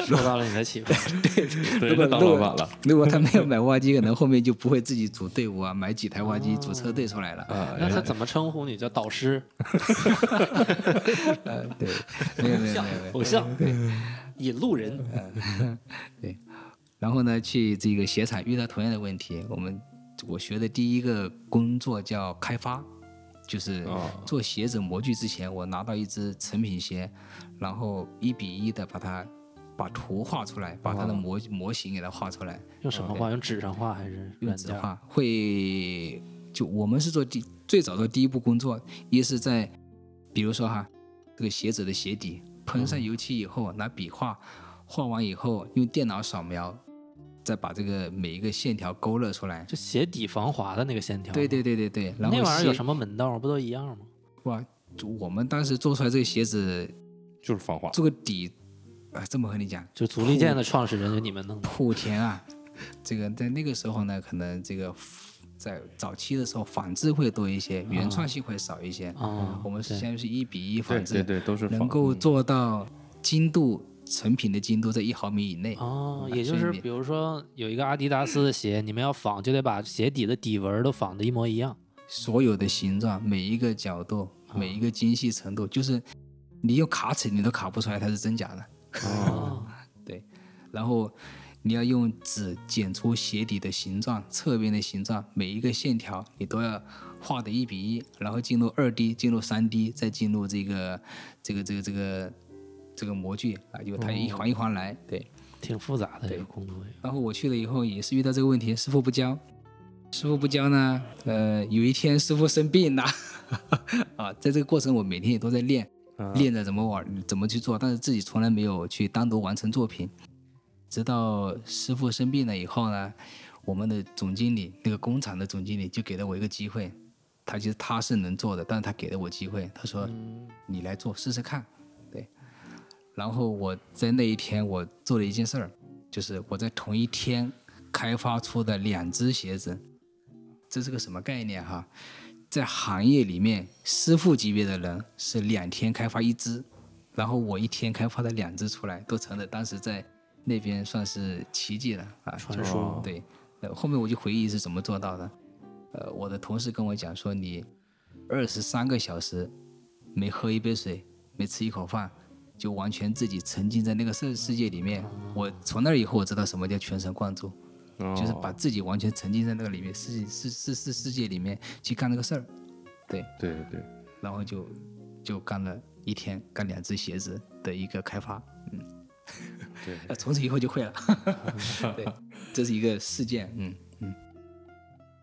S1: 受到了你的启发。
S2: 啊
S3: 对，
S2: 如果
S3: 那当老板了，
S2: 如果他没 有买挖机，可能后面就不会自己组队伍啊，买几台挖机组车队出来了。
S3: 啊，
S1: 那他怎么称呼你？叫导师、
S2: 呃， 对，没有没有没有没有。
S1: 偶像、引路
S2: 嗯
S1: 人？
S2: 然后呢，去这个鞋厂遇到同样的问题，我们我学的第一个工作叫开发，就是
S3: 哦
S2: 做鞋子模具之前，我拿到一只成品鞋，然后一比一的把它把图画出来，把它的模模型给它画出来，
S1: 用什么画？用纸上画还是
S2: 用
S1: 软
S2: 纸
S1: 件？
S2: 画会就我们是做第最早的第一步工作，一是在比如说哈，这个鞋子的鞋底喷上油漆以后，拿笔画，画完以后用电脑扫描，再把这个每一个线条勾勒出来。
S1: 就鞋底防滑的那个线条。
S2: 嗯对对对对对，然后
S1: 那玩意儿有什
S2: 么？
S1: 么门道？不都一样吗？
S2: 哇，就我们当时做出来这个鞋子，
S3: 就是防滑，
S2: 这个底啊，这么和你讲，
S1: 就足力健的创始人就你们弄的，
S2: 莆田啊， 这个在那个时候呢，可能这个在早期的时候仿制会多一些，原创性会少一些。
S1: 哦
S2: 我们
S1: 对
S2: 现在是一比一
S3: 对
S2: 仿
S3: 对
S2: 制，
S3: 对，都是
S2: 能
S3: 仿
S2: 够
S3: 嗯
S2: 做到精度成品的精度在一毫米以内。
S1: 哦，
S2: 嗯
S1: 也就
S2: 所以
S1: 是
S2: 你
S1: 比如说有一个阿迪达斯的鞋，你们要仿就得把鞋底的底纹儿都仿的一模一样。
S2: 所有的形状、每一个角度、
S1: 哦
S2: 每一个精细程度，就是你用卡尺你都卡不出来它是真假的。
S1: 哦，
S2: 然后你要用纸剪出鞋底的形状、侧边的形状，每一个线条你都要画的一比一，然后进入二 D，进入三 D，再进入这个这个这个这个这个模具啊，就它一环一环来。对，
S1: 挺复杂的这
S2: 对
S1: 个工作。
S2: 然后我去了以后也是遇到这个问题，师傅不教。师傅不教呢，呃，有一天师傅生病了， 啊，在这个过程我每天也都在练，
S3: 嗯
S2: 练着怎么玩，怎么去做，但是自己从来没有去单独完成作品。直到师傅生病了以后呢，我们的总经理，那个工厂的总经理就给了我一个机会，他其实他是能做的，但是他给了我机会，他说你来做试试看，对。然后我在那一天我做了一件事儿，就是我在同一天开发出的两只鞋子，这是个什么概念哈？在行业里面，师傅级别的人是两天开发一只，然后我一天开发了两只出来，都成了当时在那边算是奇迹了啊，传说。对，呃后面我就回忆是怎么做到的。呃，我的同事跟我讲说，你二十三个小时没喝一杯水，没吃一口饭，就完全自己沉浸在那个世世界里面。我从那以后，我知道什么叫全神贯注。
S3: 哦
S2: 就是把自己完全沉浸在那个里面，世界世世世世界里面去干那个事儿，
S3: 对对，
S2: 然后就就干了一天，干两只鞋子的一个开发，嗯，对， 从此以后就会了，对，这是一个事件，嗯，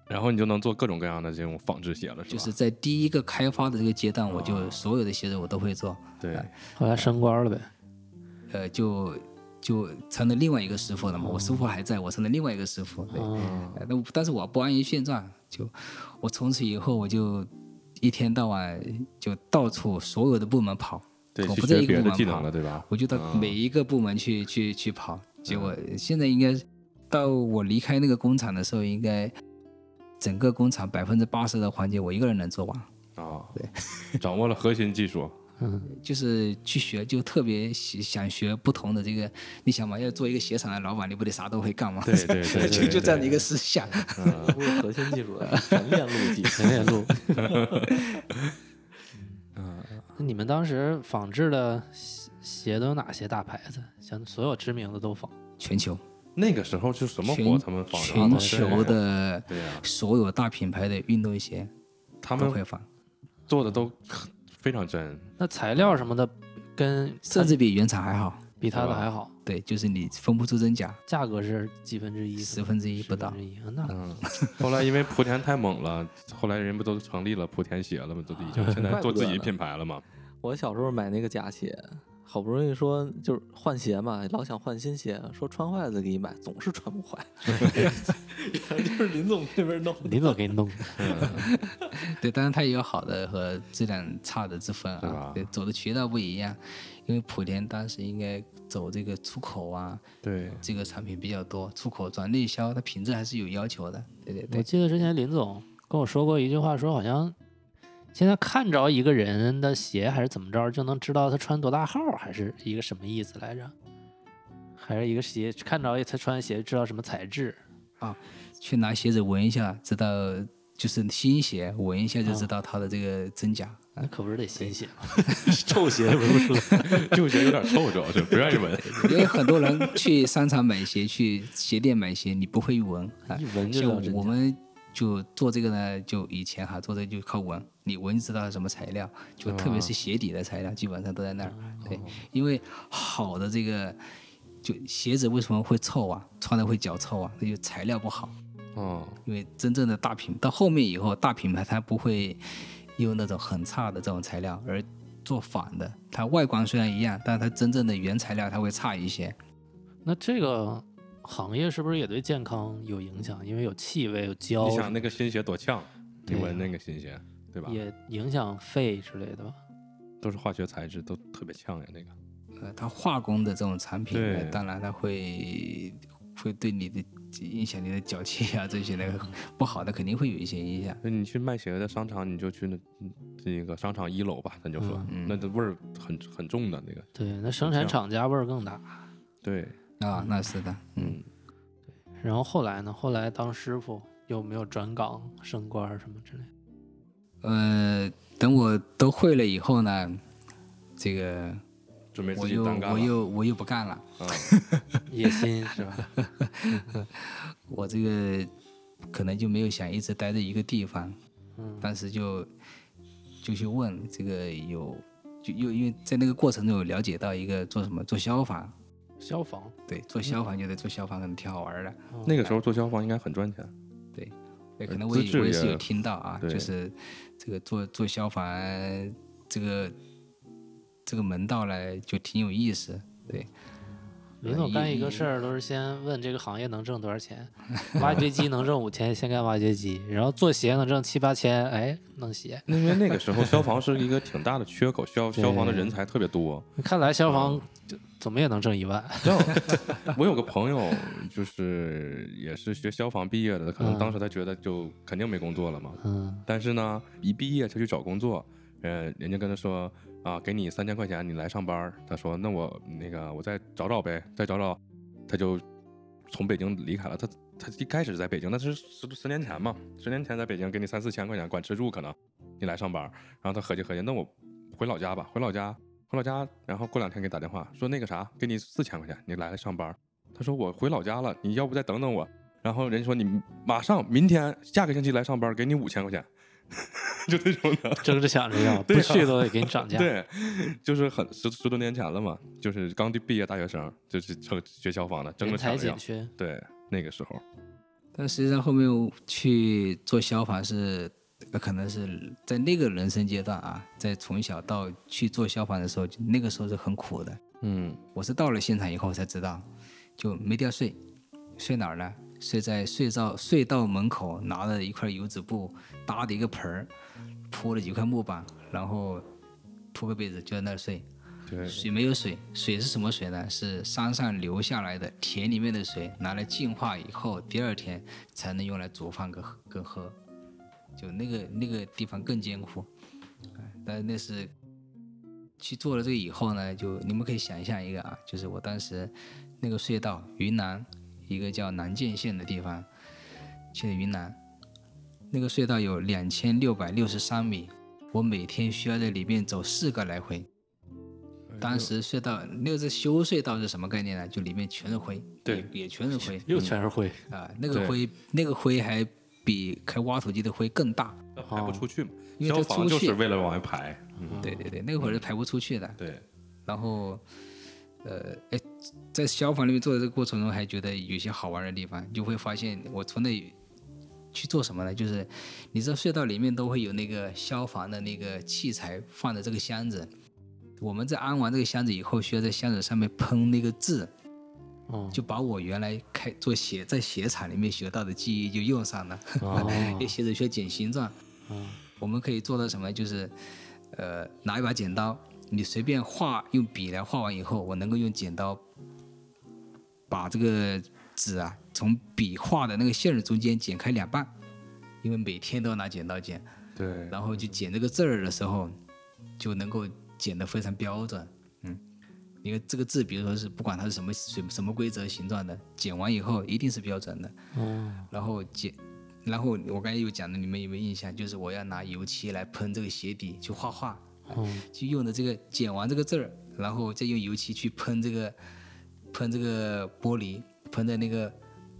S3: 然后你就能做各种各样的这种仿制鞋了，吧？
S2: 就是在哦第一个开发的这个阶段，我就所有的鞋子我都会做，
S3: 对，
S1: 后来升官了呗。
S2: 呃，就就成了另外一个师傅了嘛。我师傅还在，我成了另外一个师傅。对，
S1: 哦
S2: 呃那、我但是我不安于现状，就我从此以后我就一天到晚就到处所有的部门跑，
S3: 对，
S2: 我
S3: 去
S2: 不在
S3: 学
S2: 一个
S3: 别
S2: 部
S3: 的
S2: 门
S3: 技
S2: 跑
S3: 能了，对吧？
S2: 我就到每一个部门去、去去跑。结果
S3: 嗯
S2: 现在应该到我离开那个工厂的时候，应该整个工厂百分之八十的环节我一个人能做完。
S3: 啊， 掌握了核心技 术，
S2: 嗯
S1: 嗯
S2: 就是去学，就特别喜想学不同的这个。你想嘛，要做一个鞋厂的老板，你不得啥都会干吗？
S3: 对对对
S2: 就
S3: 对
S2: 就
S3: 对
S2: 这样的一个思想。
S5: 不是核心技 术，全链路技，全链路。
S1: 那你们当时仿制的鞋鞋都有哪些大牌子？像所有知名的都仿。
S2: 全球
S3: 那个时候就什么
S2: 全
S3: 火，他们仿
S2: 全
S3: 对
S2: 球的
S3: 对呀，
S2: 所有大品牌的运动鞋
S3: 他
S2: 都
S3: 们
S2: 会仿，
S3: 做的都非常真，
S1: 那材料什么的，跟
S2: 甚至比原厂还好。
S1: 比它的
S3: 吧
S1: 还好，
S2: 对，就是你分不出真假，
S1: 价格是几分之一是
S2: 十
S1: 吗，
S2: 分之一
S1: 十
S2: 不到
S1: 分。之一啊那
S3: 嗯，后来因为莆田太猛了，后来人不都成立了莆田鞋了吗？都已经 现在做自己品牌了嘛？
S5: 我小时候买那个假鞋，好不容易说就是换鞋嘛，老想换新鞋，说穿坏了再给你买，总是穿不坏。就是林总那边弄，
S1: 林总给你弄的，
S2: 对，当然它也有好的和质量差的之分
S3: 对
S2: 啊
S3: 吧，
S2: 对，走的渠道不一样。因为莆田当时应该走这个出口啊，
S3: 对，
S2: 这个产品比较多，出口转内销，它品质还是有要求的。对对
S1: 我
S2: 对，
S1: 记得之前林总跟我说过一句话，说好像现在看着一个人的鞋还是怎么着，就能知道他穿多大号，还是一个什么意思来着？还是一个鞋看着他穿鞋知道什么材质？
S2: 去拿鞋子闻一下，知道就是新鞋，闻一下就知道它的这个真假。啊
S1: 那可不是得新鞋吗？
S5: 臭鞋闻 不出来。
S3: 旧鞋有点臭，主要是不愿意闻。
S2: 因为很多人去商场买鞋，去鞋店买鞋，你不会闻啊，
S5: 一闻就知道真
S2: 像
S5: 假
S2: 我们就做这个呢，就以前哈做这就靠闻，你闻就知道是什么材料，
S5: 哦
S2: 就特别是鞋底的材料，基本上都在那儿。对，因为好的这个就鞋子为什么会臭啊？穿的会脚臭啊？那就材料不好。
S3: 哦，
S2: 因为真正的大品到后面以后，大品牌它不会用那种很差的这种材料，而做仿的。它外观虽然一样，但它真正的原材料它会差一些。
S1: 那这个行业是不是也对健康有影响？因为有气味、有胶
S3: 你
S1: 什
S3: 想
S1: 么
S3: 那
S1: 的，
S3: 个新鞋多呛，你
S1: 对呀
S3: 闻那个新鞋，对吧？
S1: 也影响肺之类的吧？
S3: 都是化学材质，都特别呛呀，那个。
S2: 呃，它化工的这种产品，
S3: 对
S2: 呃当然它会会对你的影响你的脚气啊这些那个不好的肯定会有一些影响。
S3: 那你去卖鞋的商场，你就去那嗯那个商场一楼吧，咱就说，
S2: 嗯
S3: 那的味儿很很重的那个。
S1: 对，那生产厂家味儿更大。
S3: 对，
S2: 啊，那是的，嗯，
S1: 然后后来呢？后来当师傅有没有转岗、升官儿什么之类的？
S2: 呃，等我都会了以后呢，这个
S3: 准备自
S2: 我
S3: 己
S2: 又
S3: 单干
S2: 我
S3: 了。嗯
S2: 又我又不干了。
S1: 野心是吧？
S2: 我这个可能就没有想一直待在一个地方，
S1: 嗯
S2: 当时就就去问这个有，就又因为在那个过程中有了解到一个做什么做消防，
S1: 消防
S2: 对，做消防就得做消防，可能挺好玩的，
S1: 嗯
S3: 那个时候做消防应该很赚钱，
S2: 对，
S3: 呃
S2: 可能我
S3: 资
S2: 也
S3: 质
S2: 我也是
S3: 也
S2: 有听到啊，
S3: 对
S2: 就是这个做做消防这个这个门道呢就挺有意思，对，
S1: 林总呃干一个事儿都是先问这个行业能挣多少钱， 挖掘机能挣五千，先干挖掘机，然后做鞋能挣七八千，哎，弄鞋。
S3: 因为那个时候消防是一个挺大的缺口， 消消防的人才特别多。
S1: 看来消防就怎么也能挣一万，
S3: 然后我有个朋友，就是也是学消防毕业的，可能当时他觉得就肯定没工作了嘛，
S1: 嗯，
S3: 但是呢，一毕业就去找工作，呃，人家跟他说啊，给你三千块钱，你来上班儿。他说那我那个我再找找呗，再找找，他就从北京离开了。他他一开始在北京，那是十十年前嘛，十年前在北京给你三四千块钱，管吃住可能，你来上班儿。然后他合计合计，那我回老家吧，回老家，回老家，然后过两天给打电话说那个啥，给你四千块钱，你来上班儿。他说我回老家了，你要不再等等我。然后人家说你马上明天下个星期来上班儿，给你五千块钱。就这种的。
S1: 争着想着要，
S3: 对
S1: 不
S3: 啊
S1: 去都得给你 涨价。
S3: 对，就是很十十多年前了嘛，就是刚毕业大学生，就是成学消防的，争
S1: 人
S3: 着抢
S1: 才
S3: 着
S1: 紧
S3: 要。
S1: 缺，
S3: 对，那个时候，
S2: 但实际上后面我去做消防是，呃可能是在那个人生阶段啊，在从小到去做消防的时候，就那个时候是很苦的。
S3: 嗯，
S2: 我是到了现场以后才知道，就没地儿睡，睡哪儿呢？睡在隧道隧道门口，拿着一块油纸布搭的一个盆儿，铺了几块木板，然后铺个被子就在那儿睡。
S3: 对，
S2: 水没有水，水是什么水呢？是山上流下来的田里面的水，拿来净化以后，第二天才能用来煮饭跟喝跟喝。就那个那个地方更艰苦，哎但那是去做了这个以后呢，就你们可以想象一个啊，就是我当时那个隧道，云南一个叫南涧县的地方，去了云南，那个隧道有两千六百六十三米，我每天需要在里面走四个来回。当时隧道那个是修隧道是什么概念呢？就里面全是灰，
S3: 对
S2: 也，也全是 灰
S1: 又全是灰，
S2: 啊、那个
S3: 对
S2: 灰那个灰还比开挖土机的灰更大。
S3: 那排
S1: 哦
S3: 不出去嘛，
S2: 因为
S3: 消
S2: 他
S3: 防
S2: 出
S3: 就
S2: 去
S3: 是为了往外排。嗯，
S2: 对对对，那会儿是排不出去的。
S3: 对，
S2: 然后，呃，哎，在消防里面做的这个过程中，还觉得有些好玩的地方，就会发现我从那去做什么呢？就是你知道隧道里面都会有那个消防的那个器材放在这个箱子，我们在安完这个箱子以后，需要在箱子上面喷那个字，
S1: 嗯，
S2: 就把我原来开做鞋在鞋厂里面学到的技艺就用上了。
S1: 哦
S2: 因为鞋子需要剪形状，我们可以做到什么？就是，呃，拿一把剪刀，你随便画，用笔来画完以后，我能够用剪刀把这个纸啊从笔画的那个线儿中间剪开两半，因为每天都要拿剪刀剪，
S3: 对，
S2: 然后就剪这个字儿的时候，就能够剪得非常标准。嗯，因为这个字，比如说是不管它是什么什什么规则形状的，剪完以后一定是标准的。哦。然后剪，然后我刚才有讲的，你们有没有印象？就是我要拿油漆来喷这个鞋底去画画，就用的这个剪完这个字儿，然后再用油漆去喷这个喷这个玻璃，喷在那个。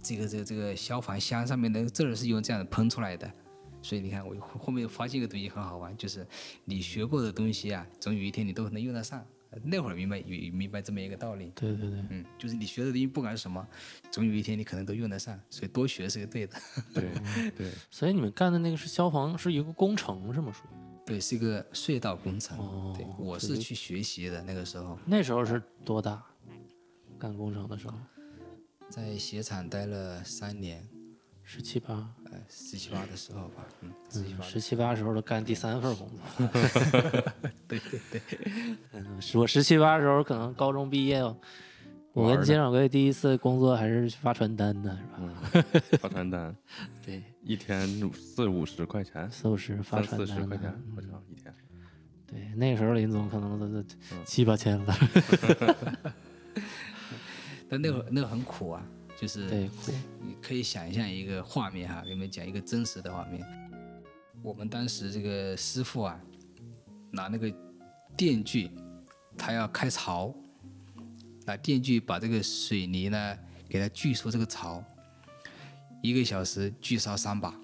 S2: 这个这个这个消防箱上面的字儿是用这样喷出来的，所以你看，我后后面发现一个东西很好玩，就是你学过的东西啊，总有一天你都能用得上。那会儿明白有明白这么一个道理，
S1: 对对对，
S2: 嗯，就是你学的东西不管是什么，总有一天你可能都用得上，所以多学是个对
S1: 嗯
S2: 的。
S3: 对，对，
S1: 所以你们干的那个是消防，是一个工程是吗？属于
S2: 对，是一个隧道工程。
S1: 哦
S2: 对，我
S1: 所
S2: 是
S1: 以
S2: 去学习的，那个时候
S1: 那时候是多大？干工程的时候
S2: 在鞋厂待了三年，
S1: 十七八，
S2: 呃，十七八的时候吧，嗯，十七
S1: 嗯，
S2: 八。
S1: 十七八时候都干第三份工作。对 对对， 嗯，我十七八时候可能高中毕业，我
S3: 玩儿
S1: 跟
S3: 呢
S1: 金掌柜第一次工作还是发传单呢，是吧？
S3: 发传单，
S1: 对，
S3: 一天四五十块钱，
S1: 四五十发
S3: 三
S1: 传
S3: 四十
S1: 单嗯
S3: 块钱
S1: 呢。，
S3: 我操，一天。
S1: 对，那时候林总可能都都
S3: 嗯
S1: 七八千了。
S2: 但那会儿那会儿很苦啊，就是
S1: 嗯对，
S2: 你可以想象一个画面哈，给你们讲一个真实的画面。我们当时这个师傅啊，拿那个电锯，他要开槽，拿电锯把这个水泥呢给它锯出这个槽，一个小时锯烧三把，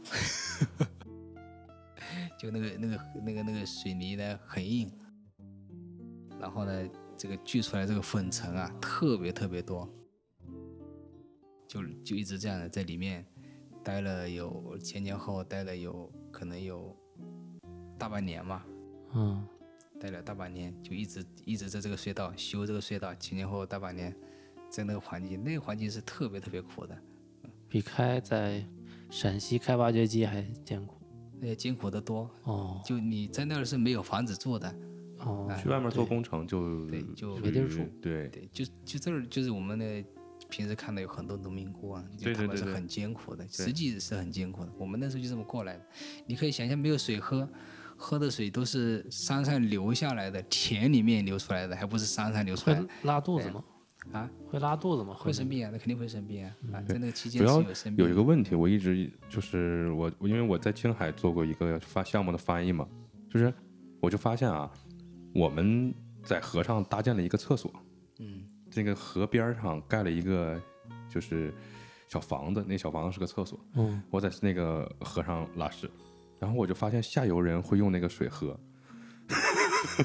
S2: 就那个那个那个那个水泥呢很硬，然后呢这个锯出来这个粉尘啊特别特别多，就就一直这样的在里面待了有前前后后待了有可能有大半年嘛，
S1: 嗯，
S2: 待了大半年，就一直一直在这个隧道修这个隧道，前前后后大半年，在那个环境，那个环境是特别特别苦的，
S1: 比开在陕西开挖掘机还艰苦
S2: 那艰苦的多。
S1: 哦
S2: 就你在那儿是没有房子住的，
S1: 哦，
S3: 去外面做
S1: 对
S3: 工程就
S2: 对就
S1: 没地儿住，
S3: 对
S2: 对，就就这儿就是我们的平时看到有很多农民工啊，就
S3: 对
S2: 他
S3: 对对
S2: 们是
S3: 对
S2: 很艰苦的，实际是很艰苦的。我们那时候就这么过来的，你可以想象没有水喝，喝的水都是山上流下来的，田里面流出来的，还不是山上流出来
S1: 会
S2: 的
S1: 拉肚
S3: 哎
S1: 子吗？
S2: 啊？
S1: 会拉肚子吗？
S2: 会
S1: 什
S2: 生
S1: 么？
S2: 病啊，那肯定会生病啊！啊，在那个期间
S3: 嗯主
S2: 是
S3: 要
S2: 有生病
S3: 有
S2: 的。
S3: 一个问题，我一直就是我，因为我在青海做过一个发项目的翻译嘛，就是我就发现啊，我们在河上搭建了一个厕所，
S2: 嗯，
S3: 这个河边儿上盖了一个就是小房子，那小房子是个厕所，
S1: 嗯，
S3: 我在那个河上拉屎，然后我就发现下游人会用那个水喝，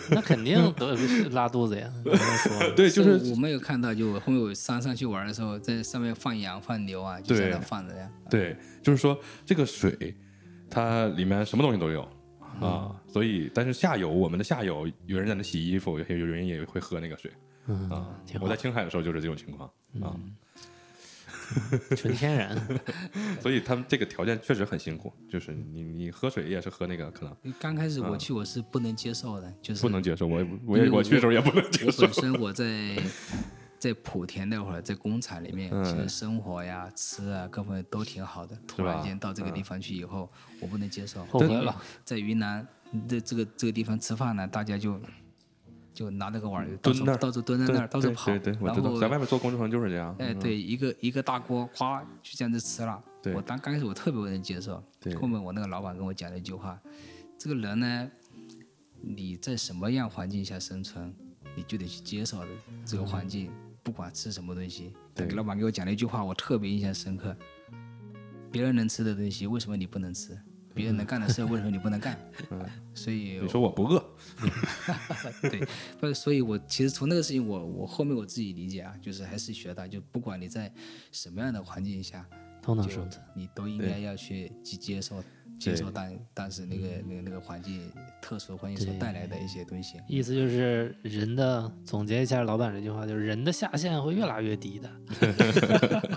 S1: 那肯定得拉肚 子呀！我跟你说，
S3: 对，就是
S2: 我们有看到，就我后面我山上去玩的时候，在上面放羊放牛啊，就在那
S3: 对
S2: 放着呀。
S3: 对，就是说这个水，它里面什么东西都有啊，所以但是下游我们的下游有人在那洗衣服，有些有人也会喝那个水啊。
S1: 嗯挺好嗯
S3: 我在青海的时候就是这种情况啊，
S1: 纯天然。
S3: 所以他们这个条件确实很辛苦，就是你你喝水也是喝那个可能
S2: 刚开始我去我是不能接受的，就是
S3: 嗯不能接受，我
S2: 嗯
S3: 也我也我去的时候也不能接
S2: 我
S3: 受
S2: 本。身我在在莆田那会儿，在工厂里面，
S3: 嗯
S2: 其实生活呀、吃啊各方面都挺好的。突然间到这个
S3: 嗯
S2: 地方去以后，我不能接受。
S1: 后悔了，
S2: 在云南这这个这个地方吃饭呢，大家就就拿那个碗儿到
S3: 蹲
S2: 处
S3: 那儿
S2: 到处蹲在那儿，到处跑，
S3: 对对，我
S2: 然
S3: 知道，
S2: 后
S3: 在外面做工程就是这样。嗯
S2: 哎，对，一个一个大锅，咵就这样子吃了。
S3: 对
S2: 我当刚开始我特别不能接受，
S3: 对
S2: 后面我那个老板跟我讲了一句话：这个人呢，你在什么样环境下生存，你就得去接受这个环境，不管吃什么东西。
S3: 嗯对
S2: 那个老板给我讲了一句话，我特别印象深刻：别人能吃的东西，为什么你不能吃？别人能干的事，为什么你不能 干？所以
S3: 嗯你说我不饿，
S2: 对，不是，所以我其实从那个事情我，我后面我自己理解啊，就是还是学到，就不管你在什么样的环境下，
S1: 都能
S2: 就
S1: 生存。
S2: 你都应该要去去接受接受当当时那个那个那个环境特殊环境所带来的一些东西。
S1: 意思就是人的总结一下老板这句话，就是人的下限会越拉越低的。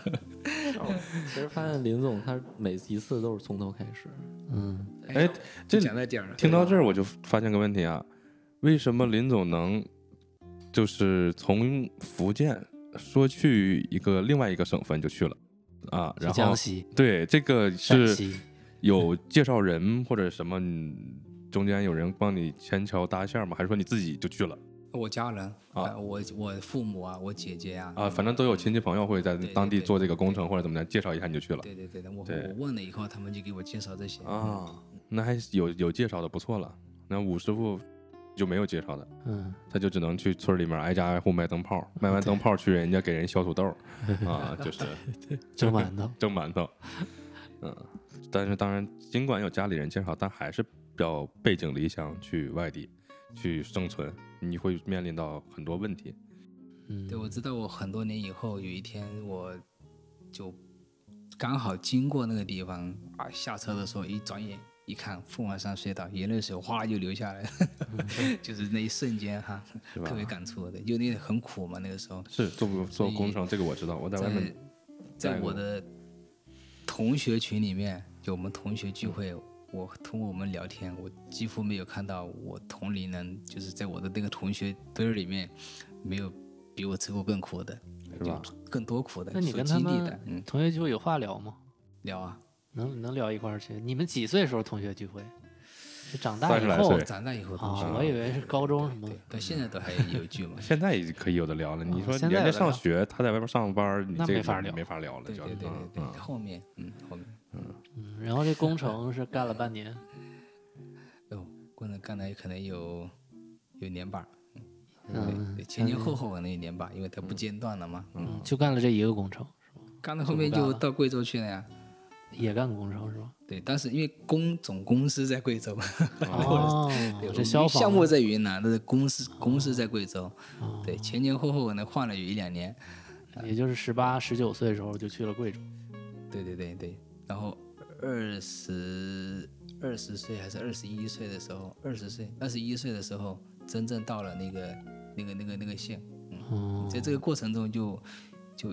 S5: 其实发现林总他每一次都是从头开始，
S1: 嗯，
S3: 哎，这
S2: 讲到点儿了，
S3: 听到这儿，我就发现个问题啊，为什么林总能就是从福建说去一个另外一个省份就去了啊？
S1: 去
S3: 然后
S1: 江西、
S3: 对这个
S1: 陕
S3: 是
S1: 西，
S3: 有介绍人或者什么，嗯中间有人帮你牵桥搭线吗？还是说你自己就去了
S2: 我家人
S3: 啊
S2: 啊，我我父母啊，我姐姐啊，
S3: 啊？反正都有亲戚朋友会在
S2: 对对
S3: 当地
S2: 对
S3: 做这个工程或者怎么样，介绍一下你就去了
S2: 对对对的，我
S3: 对
S2: 我问了以后，他们就给我介绍这些。
S3: 啊？那还有有介绍的不错了，那武师傅就没有介绍的。
S1: 嗯，
S3: 他就只能去村里面挨家挨户卖灯泡，卖完灯泡去人家给人小土豆 儿啊，就是
S1: 蒸馒头
S3: 蒸馒头。嗯，但是当然，尽管有家里人介绍，但还是要背井离乡去外地去生存，你会面临到很多问题。
S1: 嗯，
S2: 对，我知道，我很多年以后有一天，我就刚好经过那个地方啊，下车的时候一转眼一看，凤凰山隧道，眼泪水哗就流下来了， 就是那一瞬间哈，特别感触的，因为那个很苦嘛，那个时候
S3: 是做不做工程，这个我知道，我在外
S2: 在
S3: 面
S2: 在
S3: 在
S2: 我
S3: 我
S2: 的同学群里面，就我们同学聚会。我通过我们聊天，我几乎没有看到我同龄人，就是在我的那个同学堆儿里面，没有比我吃过更苦的。
S3: 是吧？
S2: 更多苦的，
S1: 那你
S2: 所
S1: 跟他
S2: 经历的，
S1: 们
S2: 嗯，
S1: 同学聚会有话聊吗？
S2: 聊啊，
S1: 能能聊一块儿去？你们几岁时候同学聚会？是长大
S3: 30
S1: 以
S3: 来
S1: 后
S3: 岁，
S2: 长大以后同学
S1: 啊？我以为是高中什么
S2: 对，到现在都还有一句嘛
S3: 现在也可以有的聊了。你
S1: 啊
S3: 说人
S1: 现在
S3: 家
S1: 有的
S3: 上
S1: 聊
S3: 学，他在外边上班，你
S1: 那
S3: 这
S1: 没
S3: 个
S1: 法聊
S3: 没法聊了，
S2: 对
S3: 就
S2: 对对对对，
S3: 嗯嗯
S2: 后面，嗯，后面，
S1: 嗯，然后这工程是干了半年，
S2: 哦，过了刚才可能有有年把儿，
S1: 嗯
S2: 对，前前后后可能有年把儿，因为它不间断了嘛，
S1: 嗯，就干了这一个工程，
S2: 干到后面就到贵州去了呀。
S1: 也干工程 是吧？
S2: 对，当时因为工总公司在贵州嘛，
S1: 哦
S2: 对，我，
S1: 这
S2: 们
S1: 消
S2: 项
S1: 防哦
S2: 目在云南，但是公司公司在贵州，对，前前后后可能换了有一两年，
S1: 也就是十八、十九岁的时候就去了贵州，
S2: 对对对对，然后二十二十岁还是二十一岁的时候，二十岁二十一岁的时
S1: 哦
S2: 候，真正到了那个那个那个那个县，嗯，在这个过程中就就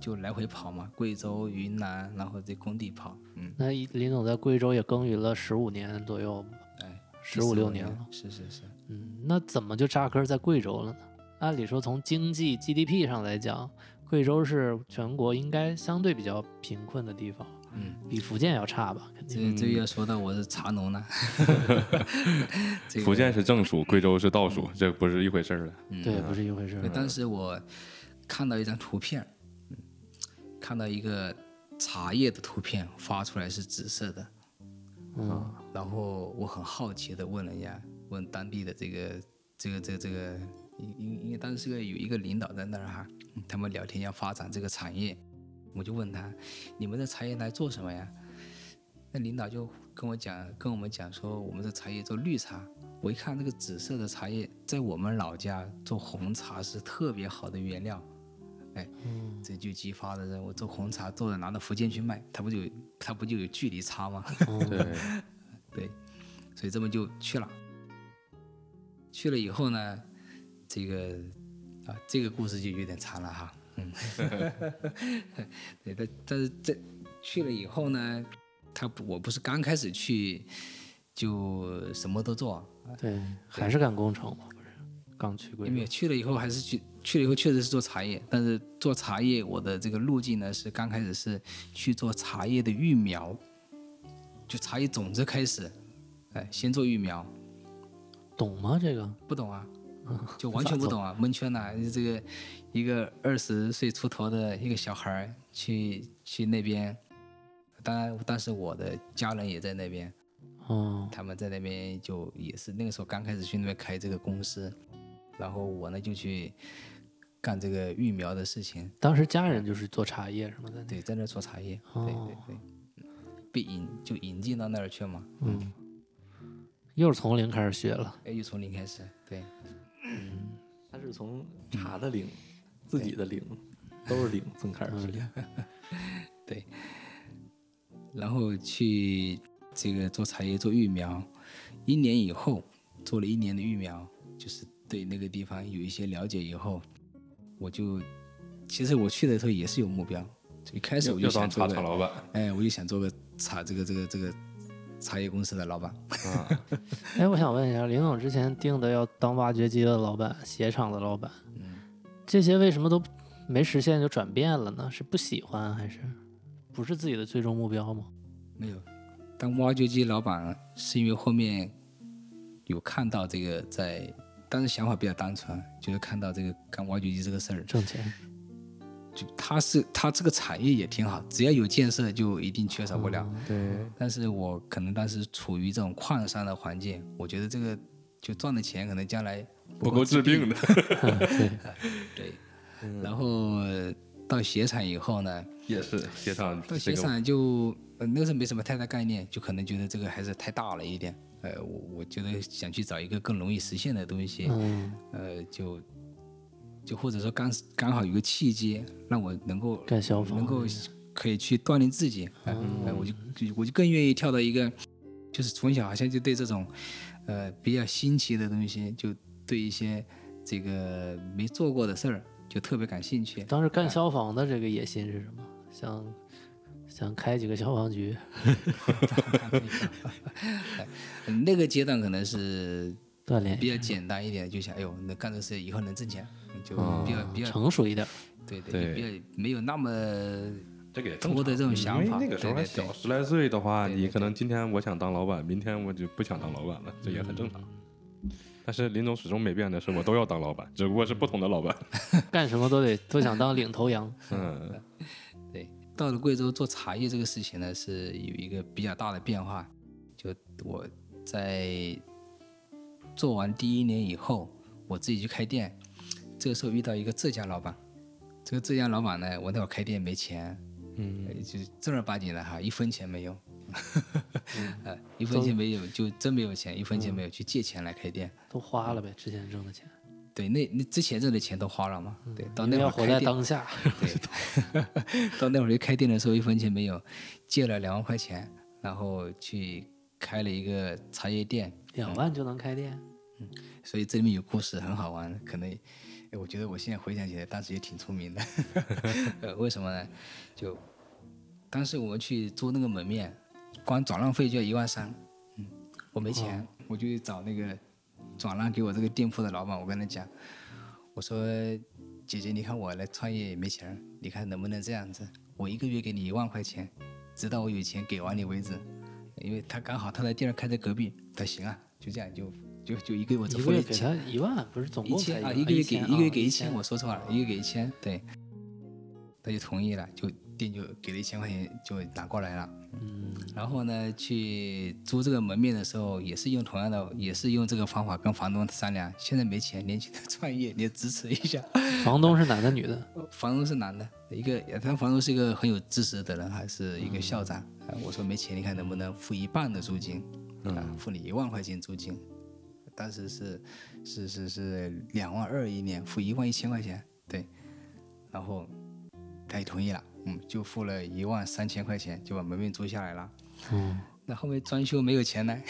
S2: 就来回跑嘛，贵州、云南，然后在工地跑，嗯，
S1: 那一林总在贵州也耕耘了十五年左右吧，
S2: 哎，
S1: 十五六年
S2: 15
S1: 了。
S2: 是是是，
S1: 嗯，那怎么就扎根在贵州了呢？按理说，从经济 GDP 上来讲，贵州是全国应该相对比较贫困的地方，
S2: 嗯，
S1: 比福建要差吧？肯定。
S2: 这这又要说到我是茶 农了， 这个
S3: 福建是正数，贵州是
S1: 嗯
S3: 倒数，这不是一回事儿了。
S1: 对，不是一回事儿。
S2: 对，当时我看到一张图片，嗯，看到一个茶叶的图片发出来是紫色的，啊
S1: 嗯，
S2: 然后我很好奇的问人家，问当地的这个这个这个这个，因因因为当时是个有一个领导在那儿哈，嗯他们聊天要发展这个产业，我就问他，你们的茶叶来做什么呀？那领导就跟我讲，跟我们讲说，我们的茶叶做绿茶。我一看那个紫色的茶叶，在我们老家做红茶是特别好的原料，哎，这就激发了人我做红茶做了拿到福建去卖，它不就有 它不就有距离差吗？
S3: 对，
S2: 对，所以这么就去了。去了以后呢，这个啊，这个故事就有点长了哈， 嗯，对，但但是这去了以后呢，他不我不是刚开始去就什么都做，啊
S1: 对，还是干工程嘛，不是？刚去贵
S2: 因为
S1: 州。
S2: 去了以后还是去去了以后确实是做茶叶，但是做茶叶我的这个路径呢是刚开始是去做茶叶的育苗，就茶叶种子开始，哎，先做育苗，
S1: 懂吗？这个
S2: 不懂啊，就完全不懂啊，蒙圈了、这个一个二十岁出头的一个小孩儿去去那边，当然当时我的家人也在那边，
S1: 哦，
S2: 他们在那边就也是那个时候刚开始去那边开这个公司，然后我呢就去干这个育苗的事情，
S1: 当时家人就是做茶叶什么的。
S2: 对，在那儿做茶叶，对对对，嗯被引就引进到那儿去嘛，
S1: 嗯，又是从零开始学了。
S2: 哎，又从零开始，对，
S5: 他是从茶的零、自己的零都是零从开始学。
S2: 然后去这个做茶叶做育苗，一年以后做了一年的育苗，就是对那个地方有一些了解以后，我就其实我去的时候也是有目标，就一开始我
S3: 又
S2: 就
S3: 又当
S2: 想
S3: 茶
S2: 做
S3: 厂
S2: 个，
S3: 老板
S2: 哎，我就想做个茶这个这个这个茶叶公司的老板，
S3: 啊，
S1: 哎，我想问一下，林总之前定的要当挖掘机的老板、鞋厂的老板，
S2: 嗯
S1: 这些为什么都没实现就转变了呢？是不喜欢还是不是自己的最终目标吗？
S2: 没有，当挖掘机老板是因为后面有看到这个在。当时想法比较单纯，就是看到这个干挖掘机这个事儿，
S1: 挣钱？
S2: 就它是它这个产业也挺好，只要有建设就一定缺少不了。
S3: 嗯
S4: 对，
S2: 但是我可能当时处于这种矿山的环境，我觉得这个就赚的钱可能将来
S3: 不够治病的。嗯
S2: 对。然后到鞋厂以后呢，
S3: 也是鞋 厂
S2: 到
S3: 这
S2: 鞋
S3: 个
S2: 厂就、呃那时候没什么太大概念，就可能觉得这个还是太大了一点。呃，我我觉得想去找一个更容易实现的东西，
S1: 嗯，
S2: 呃，就就或者说刚刚好有个契机，让我能够
S1: 干消防
S2: 能够
S3: 嗯
S2: 可以去锻炼自己。哎、哎我就就我就更愿意跳到一个，就是从小好像就对这种，呃，比较新奇的东西，就对一些这个没做过的事儿就特别感兴趣。
S1: 当时干消防的这个野心是什么？想想开几个消防局？
S2: 呃那个阶段可能是
S1: 锻炼
S2: 比较简单一点，就想哎呦，能干这事以后能挣钱，就比较、比较
S1: 成熟一点，
S2: 对对，
S3: 对
S2: 就比较没有那么
S3: 这个也嗯
S2: 多的这种想
S3: 因
S2: 法。
S3: 为那个时候还
S2: 对对对
S3: 小，十来岁的话，
S2: 对对
S3: 你可能今天我想当老板，明天我就不想当老板了，这也很正常。但是林总始终没变的是，我都要当老板，只不过是不同的老板。
S1: 干什么都得都想当领头羊。
S3: 嗯，
S2: 对，到了贵州做茶叶这个事情呢，是有一个比较大的变化。就我在做完第一年以后，我自己去开店，这个时候遇到一个浙江老板。这个浙江老板呢，我那会儿开店没钱，嗯，就是正儿八经的哈，一分 钱没有，呃，一分钱没有，就真没有钱，一分钱没有，去借钱来开店。
S1: 都花了呗，之前挣的钱，
S2: 对，那那之前挣的钱都花了嘛，对，到
S1: 因
S2: 那
S1: 为
S2: 会
S1: 要
S2: 儿
S1: 活
S2: 开
S1: 在
S2: 店，
S1: 当下。
S2: 对，到那会儿就开店的时候一分钱没有，借了两万块钱，然后去开了一个茶叶店，
S1: 两万就能开店？
S2: 所以这里面有故事，很好玩，可能哎，我觉得我现在回想起来，当时也挺聪明的。 呃，为什么呢？就当时我们去租那个门面，光转让费就要一万三。嗯，我没钱，我就去找那个转让给我这个店铺的老板，我跟他讲，我说姐姐，你看我来创业也没钱儿，你看能不能这样子？我一个月给你一万块钱，直到我有钱给完你为止。因为他刚好他的店儿开在隔壁，他行啊，就这样就就就一个月我只
S1: 一
S2: 付
S1: 个
S2: 了
S1: 月给
S2: 钱
S1: 他一万，不是总
S2: 一
S1: 共才
S2: 千啊，
S1: 一
S2: 一个月给一个月给一
S1: 一啊
S2: 千，我说错了，一个月给一千，对，他就同意了，就店就给了一千块钱就拿过来了。
S1: 嗯，
S2: 然后呢，去租这个门面的时候，也是用同样的，也是用这个方法跟房东商量，现在没钱，年轻人 创业，你也支持一下。
S1: 房东是男的女的？
S2: 房东是男的，一个他房东是一个很有知识的人，还是一个校长。啊我说没钱，你看能不能付一半的租金？啊，付你一万块钱租金。当时是是是是两万二一年，付一万一千块钱，对。然后他也同意了，嗯，就付了一万三千块钱，就把门面租下来了。
S1: 嗯，
S2: 那后面装修没有钱来，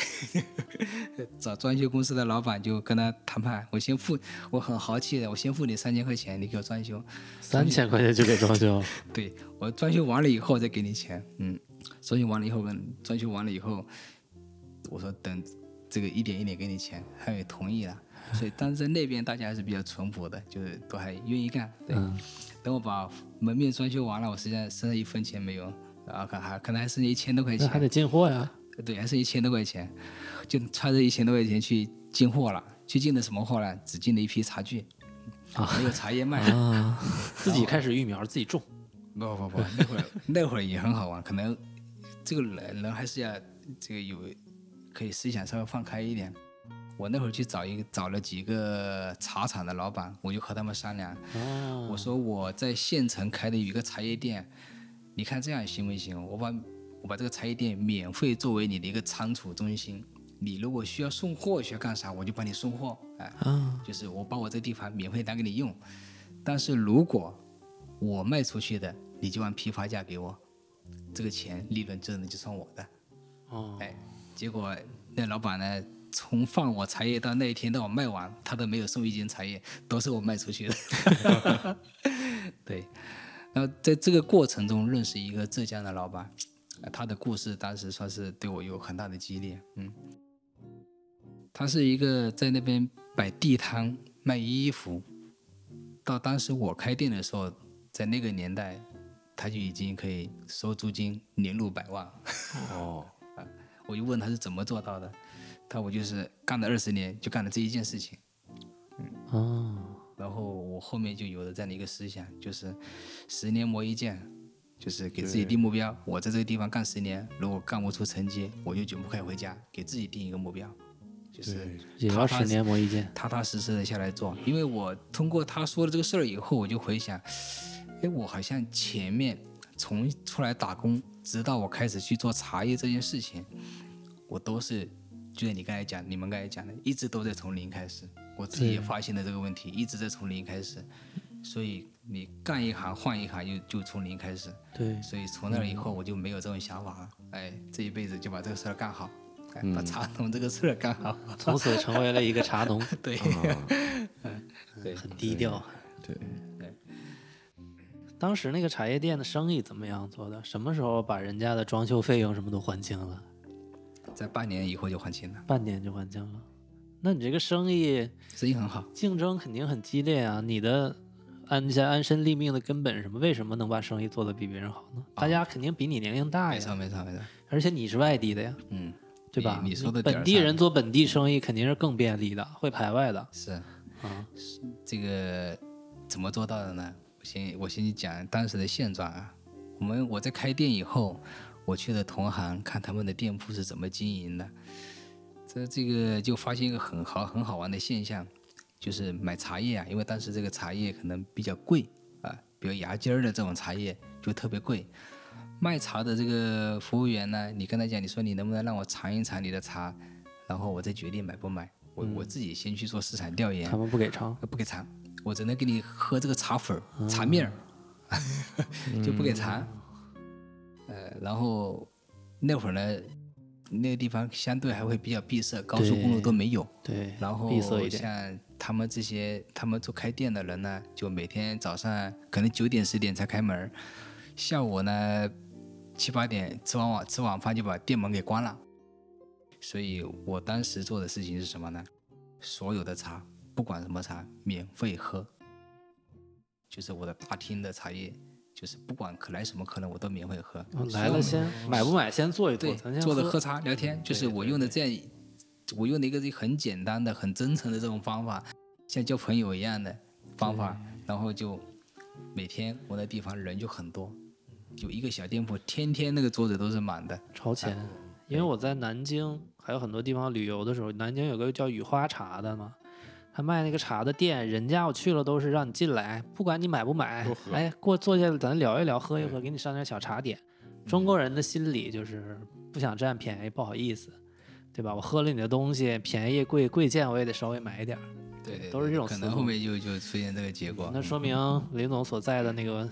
S2: 找装修公司的老板就跟他谈判，我先付，我很豪气的，我先付你三千块钱，你给我装修。
S1: 三千块钱就给装 修，
S2: 对我装修完了以后再给你钱，嗯，装修完了以后跟装修完了以后，我说等这个一点一点给你钱，他也同意了，所以当时在那边大家还是比较淳朴的，就是都还愿意干。对，
S1: 嗯
S2: 等我把门面装修完了，我实际上身上一分钱没有，啊，可还可能还剩一千多块
S1: 那
S2: 钱，
S1: 还得进货呀。
S2: 对，还剩一千多块钱，就揣着一千多块钱去进货了，去进的什么货呢？只进了一批茶具，
S1: 啊
S2: 没有茶叶卖。
S1: 自己开始育苗，自己种。
S2: 不不不， 那会儿那会儿也很好玩，可能这个人人还是要这个有可以思想稍微放开一点。我那会儿去找一个找了几个茶厂的老板，我就和他们商量，
S1: 哦，
S2: 我说我在县城开的有一个茶叶店，你看这样行不行？我把我把这个茶叶店免费作为你的一个仓储中心，你如果需要送货需要干啥，我就帮你送货，哎，就是我把我这地方免费拿给你用，但是如果我卖出去的，你就按批发价给我，这个钱利润真的就算我的。
S1: 哦，
S2: 哎，结果那老板呢，从放我茶叶到那一天到我卖完，他都没有送一斤茶叶，都是我卖出去的。 对，然后在这个过程中认识一个浙江的老板，呃他的故事当时算是对我有很大的激励。嗯，他是一个在那边摆地摊卖衣服，到当时我开店的时候，在那个年代。他就已经可以收租金，年入百万。 啊我就问他是怎么做到的，他我就是干了二十年，就干了这一件事情。
S1: 哦，
S2: 然后我后面就有了这样的一个思想，就是十年磨一剑，就是给自己定目标。我在这个地方干十年，如果干不出成绩，我就卷铺盖回家，给自己定一个目标，就是
S1: 也要十年磨一剑。
S2: 踏踏实实的下来做。因为我通过他说的这个事儿以后，我就回想，哎，我好像前面从出来打工，直到我开始去做茶叶这件事情，我都是，就像你刚才讲，你们刚才讲的，一直都在从零开始。我自己也发现了这个问题，一直在从零开始。所以你干一行换一行又，就从零开始。
S1: 对，
S2: 所以从那以后我就没有这种想法了。哎，这一辈子就把这个事儿干好，哎，把茶农这个事儿干好。
S1: 从此成为了一个茶 农，嗯
S2: 对， 对，
S1: 很低调。
S2: 对。
S1: 当时那个茶叶店的生意怎么样做的？什么时候把人家的装修费用什么都还清了？
S2: 在半年以后就还清了，
S1: 半年就还清了。那你这个生意
S2: 生意很好。
S1: 竞争肯定很激烈啊！你的安家安身立命的根本是什么？为什么能把生意做得比别人好呢？大家肯定比你年龄大
S2: 没错，
S1: 哎呀，
S2: 没错，没错。
S1: 而且你是外地的呀，
S2: 嗯，
S1: 对吧？
S2: 你你说的点儿
S1: 本地
S2: 上
S1: 人做本地生意肯定是更便利的，会排外的。
S2: 是啊，是这个怎么做到的呢？我先我先讲当时的现状啊。我们我在开店以后，我去了同行看他们的店铺是怎么经营的，这这个就发现一个很好很好玩的现象，就是买茶叶啊，因为当时这个茶叶可能比较贵啊，比如芽尖儿的这种茶叶就特别贵。卖茶的这个服务员呢，你跟他讲，你说你能不能让我尝一尝你的茶，然后我再决定买不买。我、我自己先去做市场调研
S1: 他，们不啊给尝，
S2: 呃不给尝，我只能给你喝这个茶粉儿、茶面儿， 就
S1: 嗯
S2: 不给尝。呃，然后那会儿呢，那个地方相对还会比较闭塞，高速公路
S1: 对
S2: 都没有，
S1: 对，
S2: 然后
S1: 闭塞一点。
S2: 像他们这些他们做开店的人呢，就每天早上可能九点十点才开门儿，下午呢七八点吃完晚吃晚饭就把店门给关了。所以我当时做的事情是什么呢？所有的茶，不管什么茶，免费喝。就是我的大厅的茶叶，就是不管可来什么客人，我都免费喝。所以
S1: 哦来
S2: 我
S1: 了
S2: 们
S1: 先买不买先做一做，
S2: 对
S1: 咱先
S2: 坐着
S1: 喝嗯
S2: 喝茶聊天，就是
S1: 对
S2: 我
S1: 对
S2: 用的这样一，我用的一个这很简单的、很真诚的这种方法，像交朋友一样的方法，然后就每天我那地方人就很多，有一个小店铺，天天那个桌子都是满的。
S1: 超前。因为我在南京还有很多地方旅游的时候，南京有个叫雨花茶的嘛，他卖那个茶的店，人家我去了都是让你进来，不管你买不买
S3: 都，喝
S1: 哎，过坐下咱聊一聊，喝一喝，给你上点小茶点。中国人的心理就是不想占便宜，不好意思，对吧？我喝了你的东西，便宜贵贵贱我也得稍微买一点儿。
S2: 对对
S1: 都是这种
S2: 可
S1: 思
S2: 能
S1: 路
S2: 后面就就出现这个结果。嗯
S1: 那说明林总所在的那个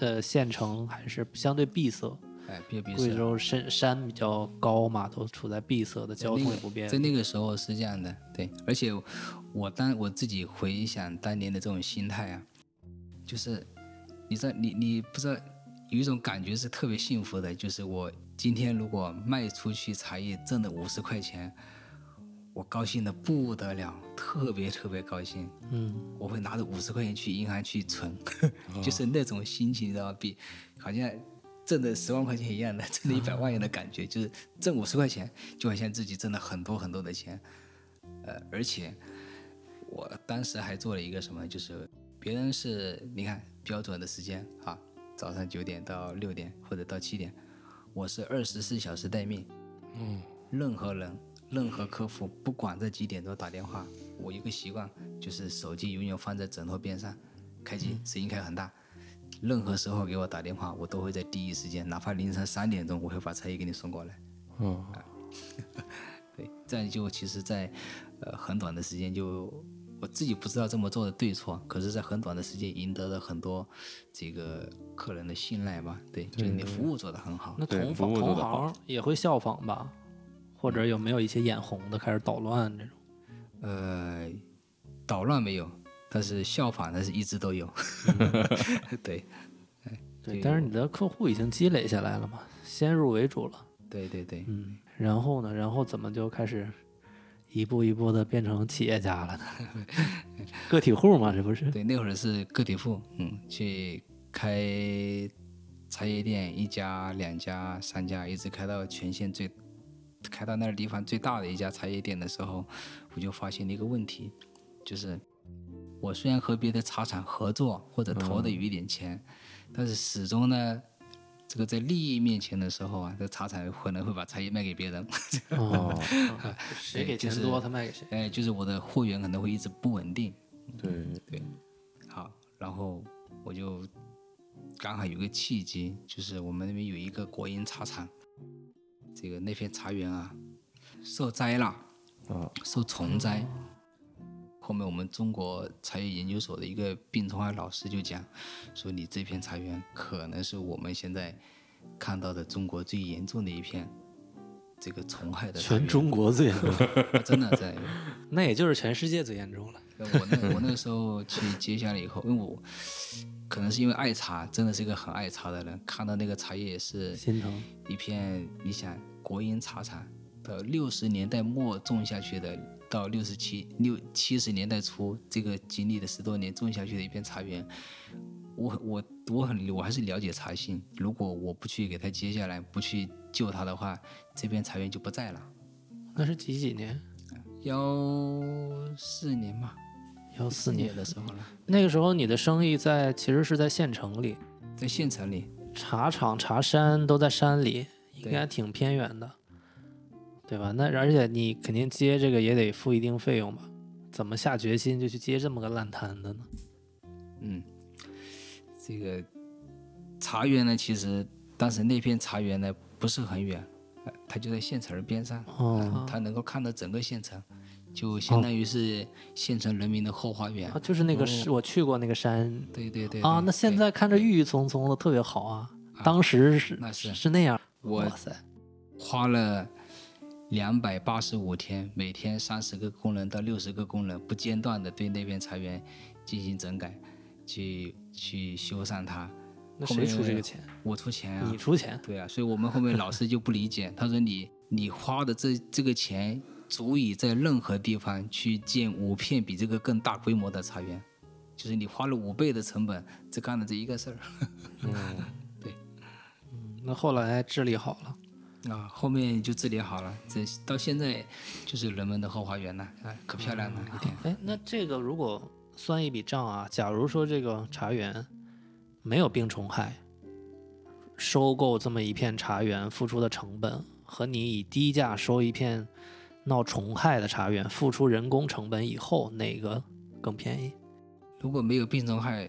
S1: 呃县城还是相对闭塞，
S2: 哎，别别
S1: 贵
S2: 说。
S1: 州山山比较高嘛，都处在闭塞的交通也不便。
S2: 在那个时候是这样的，对，而且我当我自己回想当年的这种心态啊，就是你知道，你你不知道有一种感觉是特别幸福的，就是我今天如果卖出去茶叶挣了五十块钱，我高兴的不得了，特别特别高兴，
S1: 嗯，
S2: 我会拿着五十块钱去银行去存，就是那种心情，你知道吗？比好像挣的十万块钱一样的， 挣了一百万元的感觉，就是挣五十块钱，就好像自己挣了很多很多的钱。呃，而且我当时还做了一个什么，就是别人是你看标准的时间啊，早上九点到六点或者到七点，我是二十四小时待命，嗯，任何人。任何客服不管在几点都打电话，我一个习惯就是手机永远放在枕头边上，开机声音开很大，任何时候给我打电话，我都会在第一时间，哪怕凌晨三点钟，我会把茶叶给你送过来。
S5: 嗯，
S2: 对，这样就其实在，呃很短的时间就我自己不知道这么做的对错，可是，在很短的时间赢得了很多这个客人的信赖吧。对，就是你服务做得很好。
S1: 那
S3: 对
S1: 同
S3: 服
S1: 行
S3: 务做
S1: 同
S3: 得好
S1: 行也会效仿吧？或者有没有一些眼红的开始捣乱这种？
S2: 呃，捣乱没有，但是效仿但是一直都有。 对，
S1: 对，
S2: 对
S1: 但是你的客户已经积累下来了嘛，先入为主了。
S2: 对对对。
S1: 嗯，然后呢？然后怎么就开始一步一步的变成企业家了呢？ 个体户嘛，这不是？
S2: 对，那会儿是个体户，嗯，去开茶叶店，一家、两家、三家，一直开到全县最，开到那个地方最大的一家茶叶店的时候，我就发现了一个问题，就是我虽然和别的茶厂合作或者投的有一点钱，但是始终呢。这个在利益面前的时候啊，这茶厂可能会把茶叶卖给别人，
S1: 哦，谁
S2: 对
S1: 给
S2: 就
S1: 钱
S2: 是
S1: 多，他卖给谁。
S2: 哎，就是我的货源可能会一直不稳定，
S5: 对，
S2: 好，然后我就刚好有个契机，就是我们那边有一个国营茶厂，这个那片茶园啊受灾了，
S5: 啊，
S2: 受虫灾。后面我们中国茶叶研究所的一个病虫害老师就讲，说你这片茶园可能是我们现在看到的中国最严重的一片这个虫害的茶园
S5: 全中国 最严重。
S2: 啊真的真的。
S1: 那也就是全世界最严重了。
S2: 那我那我那时候去接下来以后，因为我可能是因为爱茶，真的是一个很爱茶的人，看到那个茶叶是
S1: 心疼，
S2: 一片，你想国营茶厂到六十年代末种下去的，到六十七六七十年代初，这个经历了十多年种下去的一片茶园，我我我很我还是了解茶性，如果我不去给它接下来，不去救它的话，这片茶园就不在了。
S1: 那是几几年？
S2: 幺四年吧，
S1: 幺四年
S2: 的时候了，
S1: 那个时候，你的生意在其实是在县城里，
S2: 在县城里。
S1: 茶厂、茶山都在山里，应
S2: 对
S1: 该挺偏远的，对吧？那而且你肯定接这个也得付一定费用吧？怎么下决心就去接这么个烂摊子呢？
S2: 嗯，这个茶园呢，其实当时那片茶园呢不是很远，呃它就在县城边上，呃
S1: 哦，
S2: 它能够看到整个县城，就相当于是县城人民的后花园。
S1: 啊，就是那个是、我去过那个山
S2: 对哦对对
S1: 啊，
S2: 对
S1: 那现
S2: 对啊
S1: 在看着郁郁葱葱的，特别好啊。当时是
S2: 那是
S1: 是那样，
S2: 我
S1: 哇塞，
S2: 花了两百八十五天，每天三十个工人到六十个工人不间断的对那片茶园进行整改，去去修缮它。
S1: 那
S2: 后
S1: 谁
S2: 面
S1: 出这个钱？
S2: 我出钱啊
S1: 你！出钱，
S2: 对啊，所以我们后面老师就不理解， 他说你你花的这这个钱足以在任何地方去建五片比这个更大规模的茶园，就是你花了五倍的成本，只干了这一个事儿。
S1: 啊那后来治理好了，
S2: 啊，后面就治理好了，这到现在就是人们的后花园了，啊，可漂亮了，一天。
S1: 哎，那这个如果算一笔账啊，假如说这个茶园没有病虫害，收购这么一片茶园付出的成本，和你以低价收一片闹虫害的茶园付出人工成本以后，哪个更便宜？
S2: 如果没有病虫害，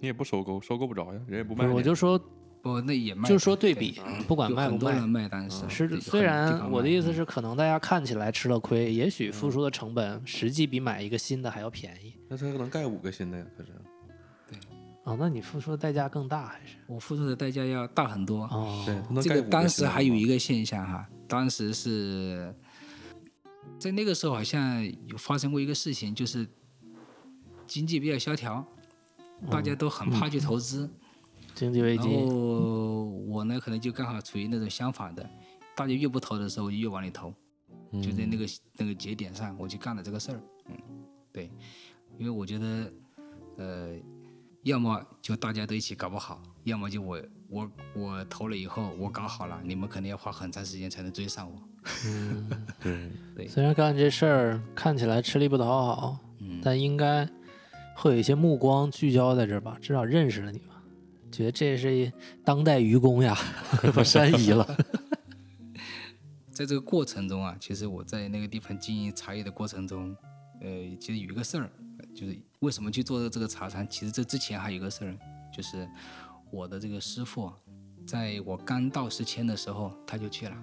S3: 你也不收购，收购不着呀，人也不
S1: 不
S3: 卖
S1: 是，
S3: 你。
S1: 我就说，
S2: 不，那也卖的，
S1: 就是说
S2: 对
S1: 对比，
S3: 啊
S1: 不管
S2: 有
S1: 卖
S2: 很
S1: 不
S2: 多人
S1: 卖。啊
S2: 卖，当时
S1: 是，
S2: 对
S1: 虽
S2: 有很多地
S1: 然
S2: 方
S1: 我的
S2: 卖嗯
S1: 意思是，可能大家看起来吃了亏，也许付出的成本实际比买一个新的还要便宜
S3: 那他能盖五个新的呀？可是
S1: 啊、那你付出的代价更大还是？
S2: 我付出的代价要大很多。
S1: 哦，
S3: 对，能
S2: 这
S3: 盖
S2: 个
S3: 五个
S2: 当
S3: 新
S2: 时
S3: 的
S2: 还有
S3: 吗
S2: 一个现象哈，当时是在那个时候好像有发生过一个事情，就是经济比较萧条，大家都很怕去投资。
S1: 经济危
S2: 然
S1: 机。
S2: 后我呢，可能就刚好处于那种相反的，大家越不投的时候，我就越往里投，
S5: 嗯
S2: 就在那个那个节点上，我就干了这个事儿。嗯，对，因为我觉得，呃，要么就大家都一起搞不好，要么就我我我投了以后我搞好了，你们可能要花很长时间才能追上我。
S1: 虽然干这事儿看起来吃力不讨好，
S2: 嗯，
S1: 但应该会有一些目光聚焦在这儿吧，至少认识了你吧，觉得这是一当代愚公 呀，把山移了。
S2: 在这个过程中啊，其实我在那个地方经营茶叶的过程中，呃，其实有一个事儿，就是为什么去做这个茶厂？其实这之前还有一个事儿，就是我的这个师傅啊，在我刚到石阡的时候，他就去了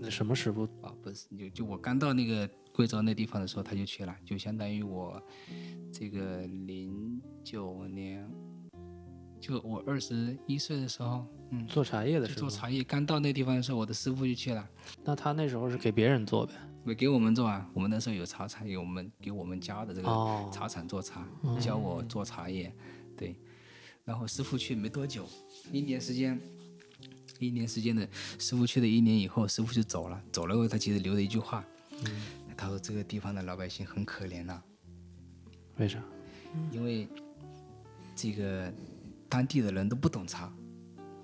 S1: 那什么师傅？
S2: 啊，不是，就就我刚到那个贵州那地方的时候，他就去了，就相当于我这个零九年，就我二十一岁的时候，嗯，
S1: 做茶叶的
S2: 就
S1: 师
S2: 做
S1: 傅？
S2: 茶叶刚到那地方的时候，我的师傅就去了。
S1: 那他那时候是给别人做呗？
S2: 没给我们做啊，我们那时候有茶厂，有我们给我们家的这个
S1: 哦，
S2: 茶厂做茶，教我做茶叶，对。然后师傅去没多久，一年时间，一年时间的师傅去了一年以后，师傅就走了，走了以后他其实留了一句话，
S1: 嗯
S2: 他说这个地方的老百姓很可怜呐、
S1: 为啥？嗯
S2: 因为这个当地的人都不懂茶，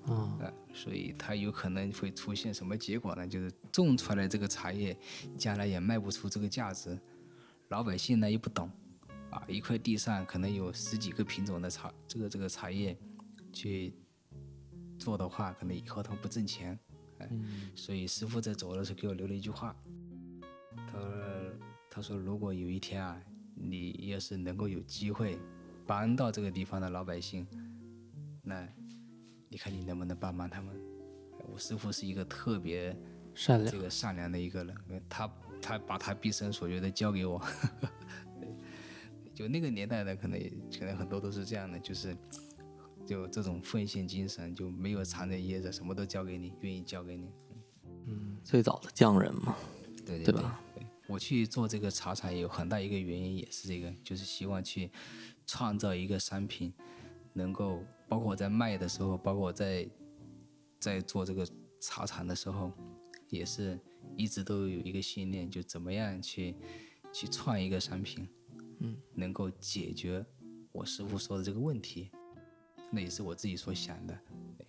S1: 嗯，
S2: 呃，所以它有可能会出现什么结果呢？就是种出来这个茶叶，将来也卖不出这个价值，老百姓呢又不懂，啊，一块地上可能有十几个品种的茶，这个这个茶叶去做的话，可能以后它不挣钱，哎，所以师傅在走的时候给我留了一句话，他他说如果有一天啊，你要是能够有机会帮到这个地方的老百姓，那。你看你能不能帮帮他们？我师傅是一个特别
S1: 善良
S2: 这。个善良的一个人，因为他他把他毕生所学都教给我。 对就那个年代呢，可能也可能很多都是这样的，就是就这种奉献精神，就没有藏着掖着，什么都交给你，愿意交给你。
S5: 最早的匠人嘛，
S2: 对
S5: 对
S2: 对
S5: 吧？
S2: 对我去做这个茶厂有很大一个原因也是这个，就是希望去创造一个商品，能够包括我在卖的时候，包括我在在做这个茶厂的时候，也是一直都有一个信念，就怎么样去去创一个商品，嗯，能够解决我师傅说的这个问题，那也是我自己所想的。对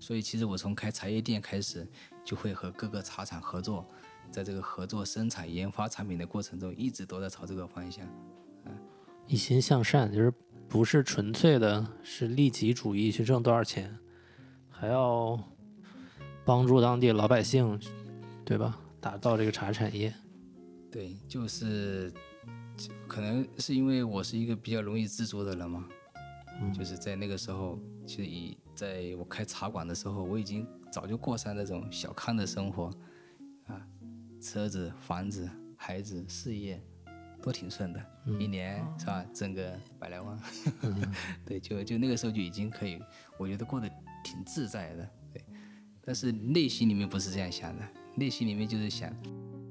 S2: 所以其实我从开茶叶店开始，就会和各个茶厂合作，在这个合作生产研发产品的过程中，一直都在朝这个方向。
S1: 一心向善，就是不是纯粹的是利己主义去挣多少钱，还要帮助当地老百姓，对吧？打造这个茶产业。
S2: 对，就是就可能是因为我是一个比较容易知足的人嘛，就是在那个时候，其实以在我开茶馆的时候，我已经早就过上那种小康的生活，啊，车子、房子、孩子、事业都挺顺的，一年是吧，挣个百来万， 对，就就那个时候就已经可以，我觉得过得挺自在的，对，但是内心里面不是这样想的，内心里面就是想。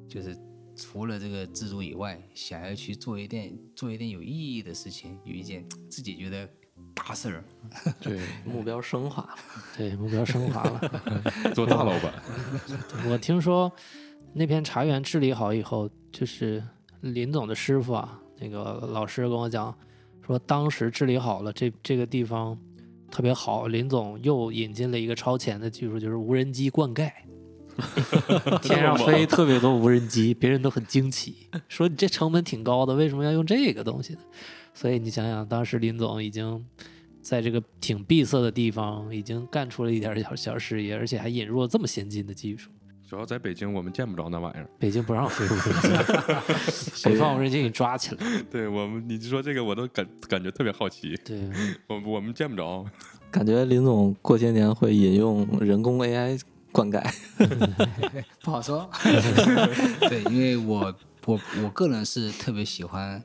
S2: 就是除了这个自主以外，想要去做一点做一点有意义的事情，有一件自己觉得大事儿，
S5: 对，
S1: 目标升华了，对，目标升华了。
S3: 做 大老板，
S1: 我听说那片茶园治理好以后，就是林总的师傅啊，那个老师跟我讲说，当时治理好了这这个地方特别好，林总又引进了一个超前的技术，就是无人机灌溉。天上飞特别多无人机，别人都很惊奇，说你这成本挺高的，为什么要用这个东西呢？所以你想想，当时林总已经在这个挺闭塞的地方，已经干出了一点小小事业，而且还引入了这么先进的技术。
S3: 主要在北京我们见不着那玩意儿。
S1: 北京不 让飞无人机，谁放无人机给你抓起来。
S3: 对我们，你说这个我都感感觉特别好奇，
S1: 对，
S3: 我我们见不着，
S5: 感觉林总过些年会引用人工 AI 灌溉。
S2: 不好说。 对，因为我我我个人是特别喜欢，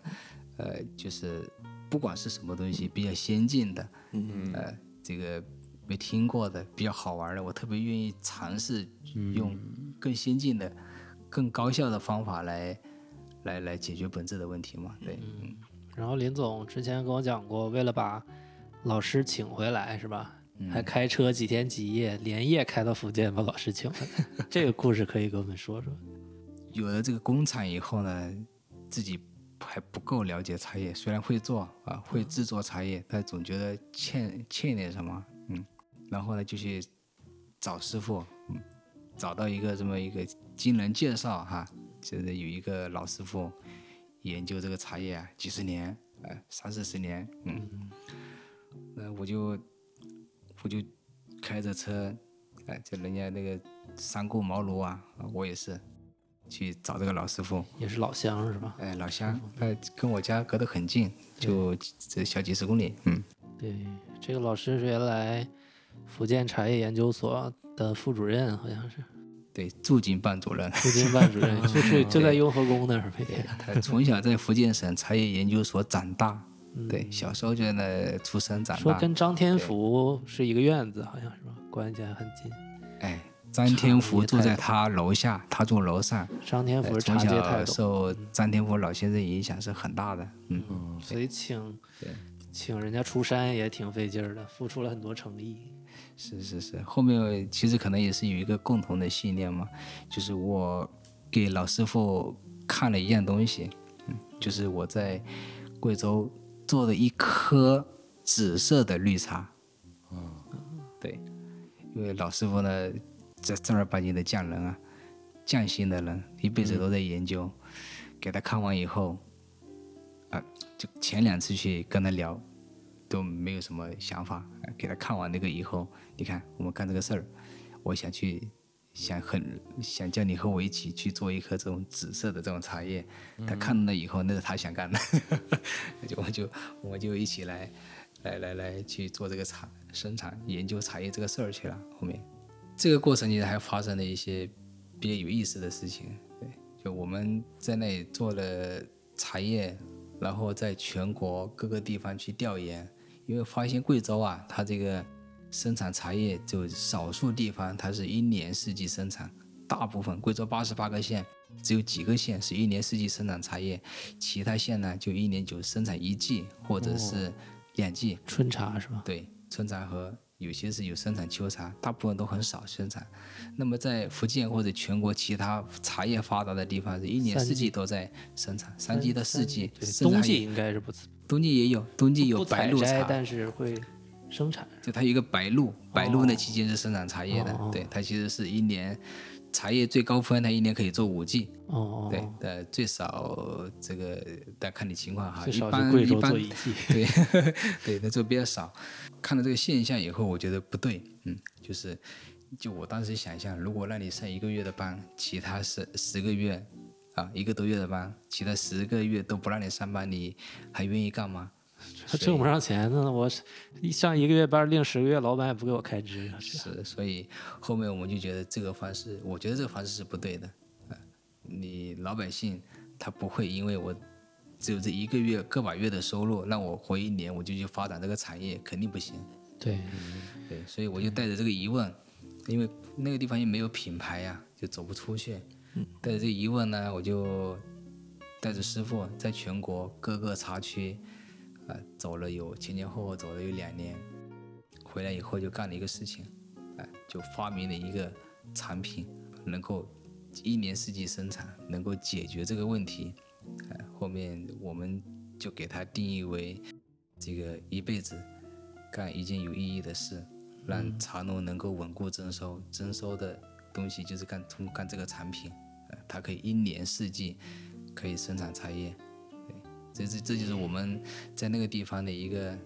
S2: 呃，就是不管是什么东西比较先进的，
S5: 嗯
S2: 呃，这个没听过的比较好玩的，我特别愿意尝试用更先进的、更高效的方法来来来解决本质的问题嘛。对，嗯
S1: 然后林总之前跟我讲过，为了把老师请回来，是吧？还开车几天几夜，连夜开到福建把老师请回 来。这个故事可以给我们说说。
S2: 有了这个工厂以后呢，自己还不够了解茶叶，虽然会做啊，会制作茶叶，但总觉得欠欠点什么，嗯，然后呢就去找师傅，嗯，找到一个这么一个经人介绍哈，就是有一个老师傅研究这个茶叶啊，几十年，呃，三四十年，嗯，那我就我就开着车，哎、就人家那个三顾茅庐啊，我也是。去找这个老师傅，
S1: 也是老乡是吧？
S2: 哎，老乡，哎，跟我家隔得很近，就这小几十公里，嗯，
S1: 对，这个老师是原来福建茶叶研究所的副主任，好像 是
S2: 对，驻京办 主任，
S1: 驻京办主任，就住就在雍和宫那儿每天。
S2: 他哎从小在福建省茶叶研究所长大，对，小时候就在那出生长
S1: 嗯说
S2: 大，
S1: 跟张天福是一个院子，好像是吧？关系还很近。
S2: 哎，张天福住
S1: 茶叶
S2: 在
S1: 太
S2: 他楼下，他住楼上，
S1: 张天
S2: 哎
S1: 福是茶
S2: 从
S1: 界泰斗，
S2: 小受张天福老先生影响是很大的，嗯，
S1: 所以请
S2: 对
S1: 请人家出山也挺费劲儿的，付出了很多诚意。
S2: 是是是，后面其实可能也是有一个共同的信念嘛，就是我给老师傅看了一样东西，嗯，就是我在贵州做的一颗紫色的绿茶，嗯，对，因为老师傅呢，这正儿八经的匠人啊，匠心的人，一辈子都在研究，给他看完以后，啊，就前两次去跟他聊，都没有什么想法。呃给他看完那个以后，你看我们干这个事儿，我想去，想很想叫你和我一起去做一颗这种紫色的这种茶叶。他看了以后，那是他想干的， 那就我们就我们就一起来，来来来去做这个茶生产研究茶叶这个事儿去了。后面这个过程其实还发生了一些比较有意思的事情。对，就我们在那里做了茶叶，然后在全国各个地方去调研，因为发现贵州啊，它这个生产茶叶就少数地方它是一年四季生产，大部分贵州八十八个县。只有几个县是一年四季生产茶叶，其他县呢就一年就生产一季或者是两季。
S1: 春茶是吧？
S2: 对，春茶和有些是有生产秋茶，大部分都很少生产。那么在福建或者全国其他茶叶发达的地方，是一年
S1: 三
S2: 四
S1: 季
S2: 季都在生产，三季到四季，
S1: 对
S2: 甚至
S1: 冬
S2: 还有
S1: 季应该是不
S2: 冬季也有，冬季有
S1: 不
S2: 白
S1: 采
S2: 露
S1: 摘，
S2: 茶，
S1: 但是会生产。
S2: 就它有一个白露，白露那期间是生产茶叶的，
S1: 哦
S2: 对，它其实是一年茶叶最高峰，它一年可以做五季，
S1: 哦，
S2: 对，呃，最少这个，但看你情况哈，
S1: 最
S2: 啊一
S1: 少
S2: 般
S1: 去贵州
S2: 一般
S1: 做一季。
S2: 对，对，那做比较少。看到这个现象以后，我觉得不对，嗯，就是，就我当时想象，如果让你上一个月的班，其他十十个月，啊，一个多月的班，其他十个月都不让你上班，你还愿意干吗？
S1: 他挣不上钱呢，我是一上一个月班，另十个月老板也不给我开支。啊
S2: 是，所以后面我们就觉得这个方式，我觉得这个方式是不对的。啊，你老百姓他不会因为我只有这一个月个把月的收入，让我活一年我就去发展这个产业，肯定不行。
S1: 对，
S2: 对，所以我就带着这个疑问，因为那个地方也没有品牌呀、就走不出去。带着这疑问呢，我就带着师傅在全国各个茶区，啊、走了有前前后后走了有两年，回来以后就干了一个事情，啊、就发明了一个产品，能够一年四季生产，能够解决这个问题。啊、后面我们就给它定义为这个一辈子干一件有意义的事，
S1: 嗯
S2: 让茶农能够稳固征收，征收的东西就是干通干这个产品，呃，它可以一年四季可以生产茶叶，对，这这这就是我
S1: 嗯
S2: 们在那个地方的一个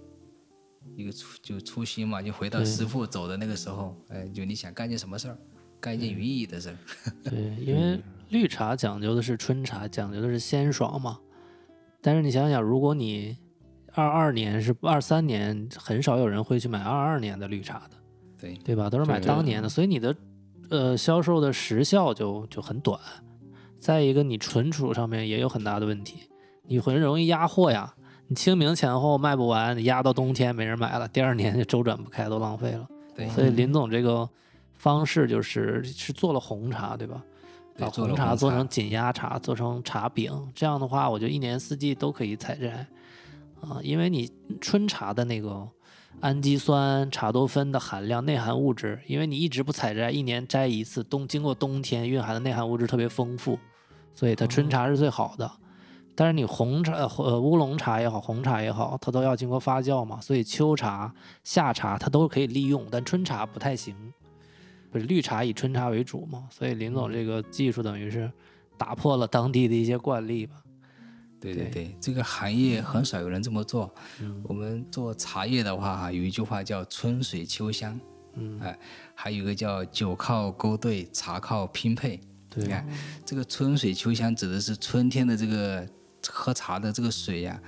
S2: 一个初就初心嘛，就回到师傅走的那个时候，哎、就你想干件什么事儿，干
S1: 嗯
S2: 一件有意义的事儿，
S1: 对，因为绿茶讲究的是春茶，讲究的是鲜爽嘛。但是你想想，如果你二二年是二三年，很少有人会去买二二年的绿茶的，
S2: 对，
S1: 对吧？都是买当年的，所以你的呃销售的时效就就很短。再一个，你存储上面也有很大的问题，你很容易压货呀。你清明前后卖不完，你压到冬天没人买了，第二年就周转不开，都浪费了。
S2: 对
S1: 所以林总这个方式就是是做了红茶，对吧？
S2: 对
S1: 把
S2: 做了
S1: 红茶
S2: 红
S1: 做
S2: 茶
S1: 成紧压茶，做成茶饼，这样的话，我就一年四季都可以采摘啊、因为你春茶的那个氨基酸、茶多酚的含量、内含物质，因为你一直不采摘，一年摘一次，冬经过冬天蕴含的内含物质特别丰富，所以它
S2: 哦
S1: 春茶是最好的。但是你红茶、呃呃乌龙茶也好，红茶也好，它都要经过发酵嘛，所以秋茶、夏茶它都可以利用，但春茶不太行。不是绿茶以春茶为主嘛，所以林总
S2: 嗯
S1: 这个技术等于是打破了当地的一些惯例吧。
S2: 对对嗯对，这个行业很少有人这么做。我们做茶叶的话哈，有一句话叫“春水秋香”，嗯，哎、还有一个叫“酒靠勾兑，茶靠拼配”。对，你看这个“春水秋香”指的是春天的这个喝茶的这个水呀、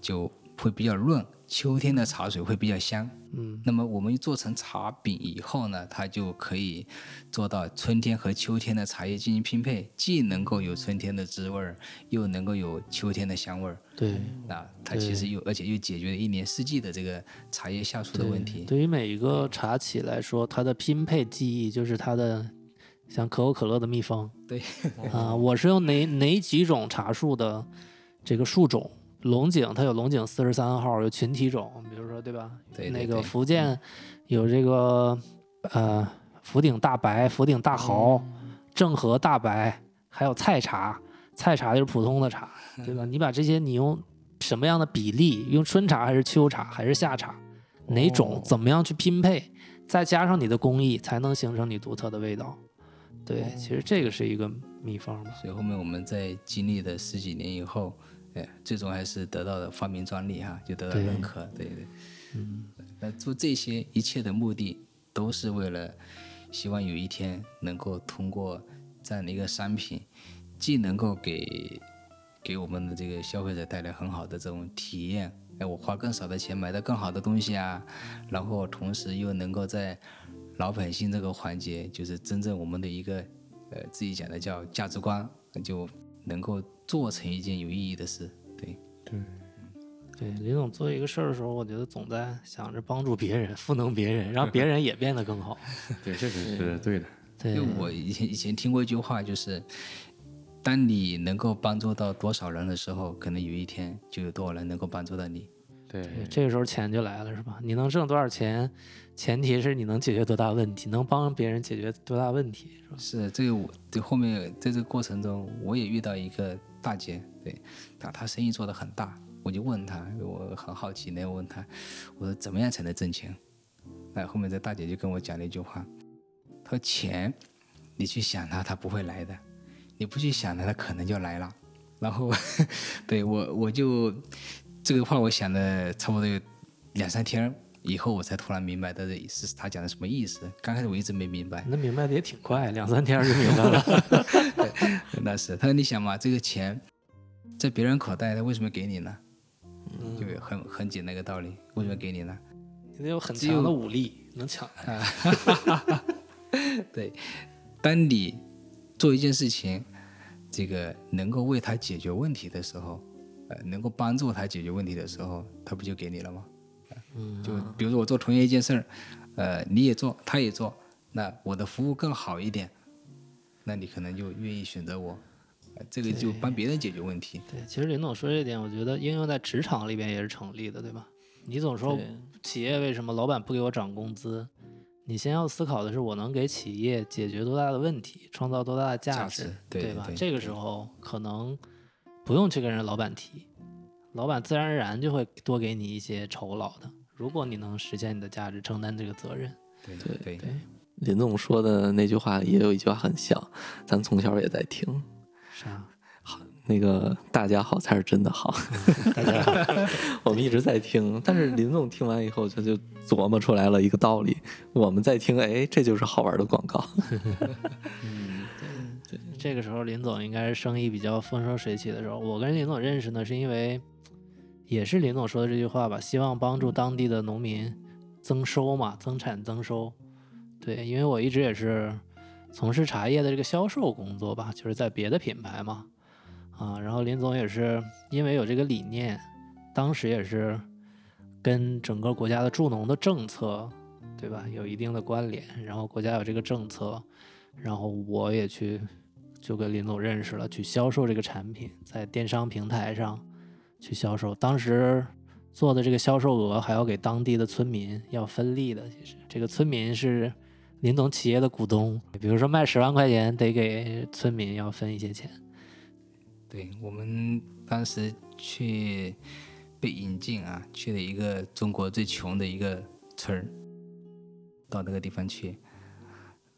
S2: 就会比较润，秋天的茶水会比较香。嗯，那么我们做成茶饼以后呢，它就可以做到春天和秋天的茶叶进行拼配，既能够有春天的滋味儿，又能够有秋天的香味儿。
S1: 对，
S2: 那它其实又而且又解决了一年四季的这个茶叶下出的问题。
S1: 对于每一个茶企来说，它的拼配技艺就是它的，像可口可乐的秘方。
S2: 对
S1: 啊，我是用哪哪几种茶树的这个树种？龙井它有龙井四十三号，有群体种，比如说对吧？
S2: 对对
S1: 那个
S2: 对嗯
S1: 福建有这个呃福鼎大白、福鼎大豪、
S2: 嗯
S1: 郑和大白，还有菜茶。菜茶就是普通的茶，
S2: 嗯
S1: 对吧？你把这些你用什么样的比例，用春茶还是秋茶还是夏茶，哪
S2: 哦
S1: 种怎么样去拼配，再加上你的工艺，才能形成你独特的味道。
S2: 哦
S1: 对，其实这个是一个秘方吧。
S2: 所以后面我们在经历了十几年以后，哎，最终还是得到了发明专利哈，就得到
S1: 对
S2: 认可。对对。嗯。那做这些一切的目的，都是为了希望有一天能够通过这样的一个商品，既能够给给我们的这个消费者带来很好的这种体验。哎，我花更少的钱买到更好的东西啊，然后同时又能够在老百姓这个环节，就是真正我们的一个呃自己讲的叫价值观，就能够做成一件有意义的事。对，
S1: 对，李总做一个事儿的时候，我觉得总在想着帮助别人，赋能别人，让别人也变得更好。
S3: 对，这个是对的。
S1: 对
S2: 因为，我以前以前听过一句话，就是当你能够帮助到多少人的时候，可能有一天就有多少人能够帮助到你。
S3: 对，
S1: 对这个时候钱就来了，是吧？你能挣多少钱，前提是你能解决多大问题，能帮别人解决多大问题，是吧？
S2: 是这个我这后面在这个过程中，我也遇到一个大姐，对，她她生意做得很大，我就问她，我很好奇呢，我问她，我说怎么样才能挣钱？那后面这大姐就跟我讲了一句话，她说钱，你去想它，它不会来的；你不去想它，它可能就来了。然后， 对我我就这个话我想了差不多有两三天以后，我才突然明白到底是她讲的什么意思。刚开始我一直没明白，
S1: 那明白的也挺快，两三天就明白了。
S2: 那是，他说你想嘛，这个钱在别人口袋，他为什么给你呢？就很很简单一个道理，为什么给你呢？
S1: 你得有很强的武力，能抢。
S2: 对，当你做一件事情，这个能够为他解决问题的时候，呃，能够帮助他解决问题的时候，他不就给你了吗？嗯，就比如说我做同样一件事儿，呃，你也做，他也做，那我的服务更好一点，那你可能就愿意选择我。呃这个就帮别人解决问题，
S1: 对，其实林总说这点，我觉得应用在职场里边也是成立的，对吧？你总说
S5: 对
S1: 企业为什么老板不给我涨工资，你先要思考的是我能给企业解决多大的问题，创造多大的价
S2: 价
S1: 值，
S2: 值对
S1: 吧？
S2: 对
S1: 这个时候可能不用去跟人老板提，老板自然而然就会多给你一些酬劳的。如果你能实现你的价值，承担这个责任，
S2: 对
S5: 对
S2: 对
S5: 林总说的那句话也有一句话很像，咱从小也在听。
S1: 是吧？
S5: 那个大家好才是真的好，
S1: 大家
S5: 我们一直在听，但是林总听完以后，他就琢磨出来了一个道理。我们在听，哎，这就是好玩的广告。
S1: 这个时候林总应该是生意比较风生水起的时候。我跟林总认识呢，是因为也是林总说的这句话吧，希望帮助当地的农民增收嘛，增产增收。对，因为我一直也是从事茶叶的这个销售工作吧，就是在别的品牌嘛，啊，然后林总也是因为有这个理念，当时也是跟整个国家的助农的政策，对吧，有一定的关联，然后国家有这个政策，然后我也去就跟林总认识了，去销售这个产品，在电商平台上去销售。当时做的这个销售额还要给当地的村民要分利的，其实这个村民是林总企业的股东，比如说卖十万块钱得给村民要分一些钱。
S2: 对，我们当时去被引进啊，去了一个中国最穷的一个村儿，到那个地方去，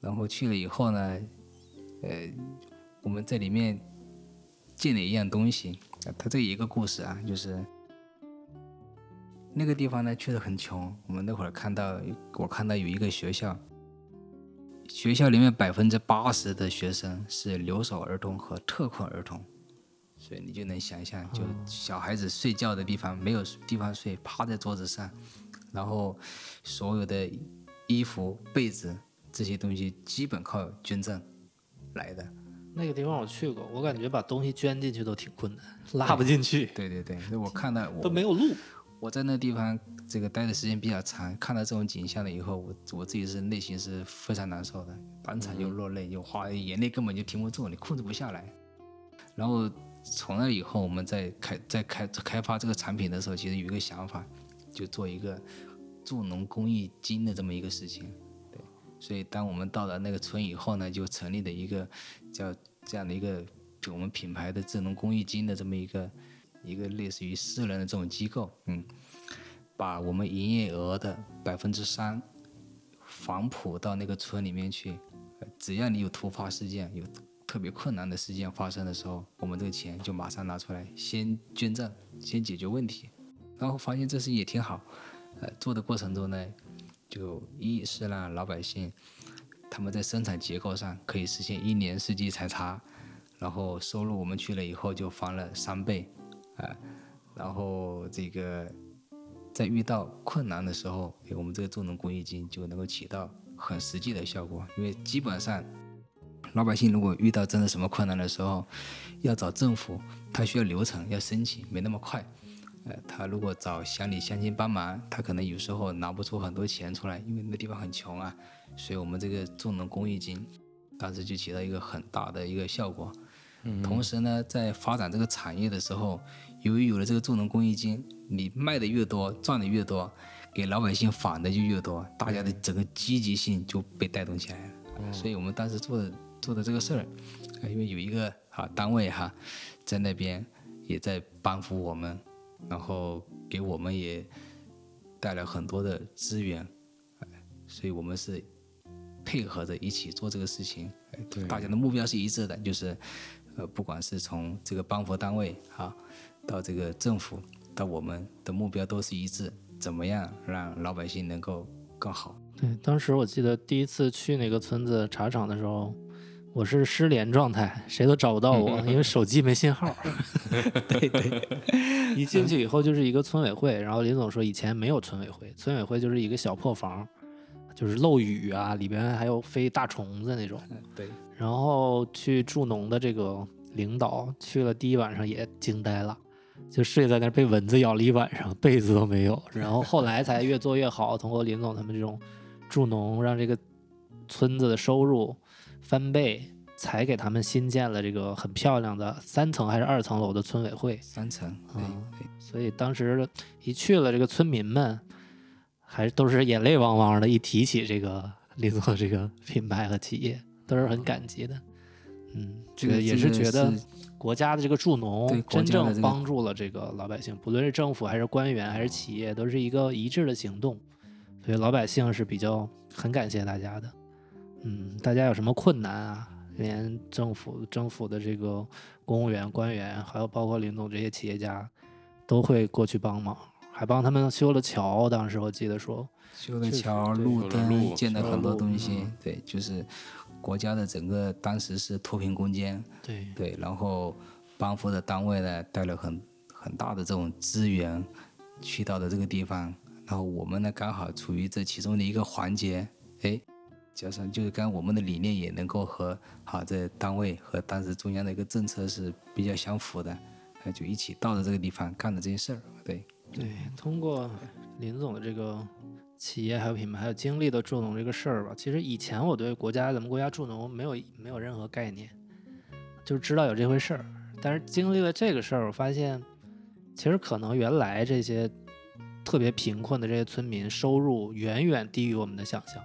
S2: 然后去了以后呢，呃，我们在里面建了一样东西，啊它这一个故事啊，就是那个地方呢确实很穷，我们那会儿看到，我看到有一个学校。学校里面百分之八十的学生是留守儿童和特困儿童，所以你就能想象，就
S1: 嗯
S2: 小孩子睡觉的地方没有地方睡，趴在桌子上，然后所有的衣服、被子这些东西基本靠捐赠来的。
S1: 那个地方我去过，我感觉把东西捐进去都挺困难，拉不进去，
S2: 对对对，所以我看到我
S1: 都没有路。
S2: 我在那地方这个待的时间比较长，看到这种景象了以后，我我自己是内心是非常难受的，当场就落泪，就花眼泪根本就停不住，你控制不下来。然后从那以后，我们在开在开开发这个产品的时候，其实有一个想法，就做一个助农公益金的这么一个事情。对，所以当我们到了那个村以后呢，就成立了一个叫这样的一个就我们品牌的智能公益金的这么一个一个类似于私人的这种机构，嗯，把我们营业额的百分之三反哺到那个村里面去，呃只要你有突发事件，有特别困难的事件发生的时候，我们这个钱就马上拿出来，先捐赠，先解决问题。然后发现这事也挺好，呃，做的过程中呢，就一是让老百姓他们在生产结构上可以实现一年四季采茶，然后收入我们去了以后就翻了三倍，啊、然后这个在遇到困难的时候，哎我们这个助农公益金就能够起到很实际的效果，因为基本上老百姓如果遇到真的什么困难的时候，要找政府，他需要流程，要申请，没那么快。呃，他如果找乡里乡亲帮忙，他可能有时候拿不出很多钱出来，因为那地方很穷啊。所以我们这个助农公益金，当时就起到一个很大的一个效果。同时呢，在发展这个产业的时候，由于有了这个助农公益金，你卖的越多，赚的越多，给老百姓返的就越多，大家的整个积极性就被带动起来了。所以我们当时做的做的这个事儿，呃因为有一个啊单位哈，在那边也在帮扶我们，然后给我们也带来很多的资源，哎所以我们是配合着一起做这个事情。哎大家的目标是一致的，就是呃，不管是从这个帮扶单位啊，到这个政府，到我们的目标都是一致，怎么样让老百姓能够更好？
S1: 对，当时我记得第一次去那个村子茶厂的时候，我是失联状态，谁都找不到我，因为手机没信号。对对，一进去以后就是一个村委会，然后林总说以前没有村委会，村委会就是一个小破房，就是漏雨啊，里边还有飞大虫子那种。
S2: 对，
S1: 然后去助农的这个领导去了第一晚上也惊呆了，就睡在那儿被蚊子咬了一晚上，被子都没有。然后后来才越做越好，通过林总他们这种助农，让这个村子的收入翻倍，才给他们新建了这个很漂亮的三层还是二层楼的村委会。
S2: 三层，对
S1: 嗯
S2: 对，
S1: 所以当时一去了，这个村民们还都是眼泪汪汪的，一提起这个林总这个品牌和企业，都是很感激的。嗯，
S2: 这
S1: 这
S2: 个
S1: 个也是
S2: 真的
S1: 觉得
S2: 是
S1: 国家的这个助
S2: 对
S1: 农
S2: 国
S1: 真
S2: 家的这
S1: 正
S2: 个
S1: 帮助了这个老百姓，不论是政府还是官员还是企业，都是一个一致的行动，所以老百姓是比较很感谢大家的。嗯，大家有什么困难啊？连政府、政府的这个公务员、官员，还有包括林总这些企业家，都会过去帮忙，还帮他们修了桥。当时我记得说，
S2: 修了
S1: 确实
S2: 桥、
S1: 对
S2: 路
S3: 修了
S2: 灯，
S3: 路
S2: 建了
S1: 修了
S2: 很多
S1: 路
S2: 东西
S1: 嗯，
S2: 对，就是国家的整个当时是脱贫攻坚，
S1: 对
S2: 对，然后帮扶的单位呢带了很很大的这种资源去到了这个地方，然后我们呢刚好处于这其中的一个环节，哎，加上就是刚我们的理念也能够和好这单位和当时中央的一个政策是比较相符的，那就一起到了这个地方干了这些事儿，对，
S1: 对，通过林总的这个企业还有品牌还有经历的助农这个事儿吧，其实以前我对国家咱们国家助农没有没有任何概念，就知道有这回事儿。但是经历了这个事儿，我发现其实可能原来这些特别贫困的这些村民收入远远低于我们的想象，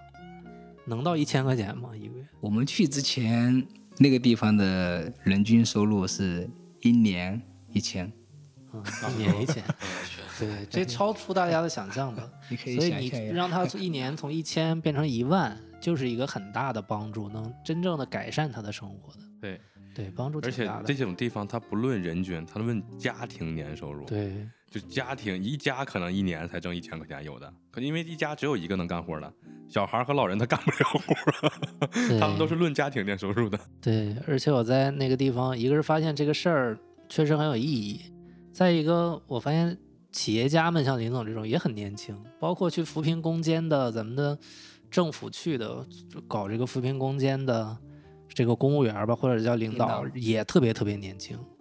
S1: 能到一千块钱吗？一个月？
S2: 我们去之前那个地方的人均收入是一年一千，
S1: 嗯，一年一千，对，这超出大家的想象吧。
S2: 你可
S1: 所以你 让他从一年从一千变成一万，就是一个很大的帮助，能真正的改善他的生活的。
S3: 对
S1: 对，帮助
S3: 而
S1: 挺
S3: 且
S1: 大的。
S3: 这种地方，它不论人均，它论家庭年收入。，
S1: 对
S3: 就家庭一家可能一年才挣一千块钱，有的，可因为一家只有一个能干活的，小孩和老人他干不了活，
S1: 对，
S3: 他们都是论家庭年收入的。
S1: 对。而且我在那个地方，一个是发现这个事儿确实很有意义，再一个我发现企业家们像林总这种也很年轻，包括去扶贫攻坚的，咱们的政府去的就搞这个扶贫攻坚的这个公务员儿吧，或者叫领
S2: 领导
S1: 导，也特别特别年轻。嗯
S3: 嗯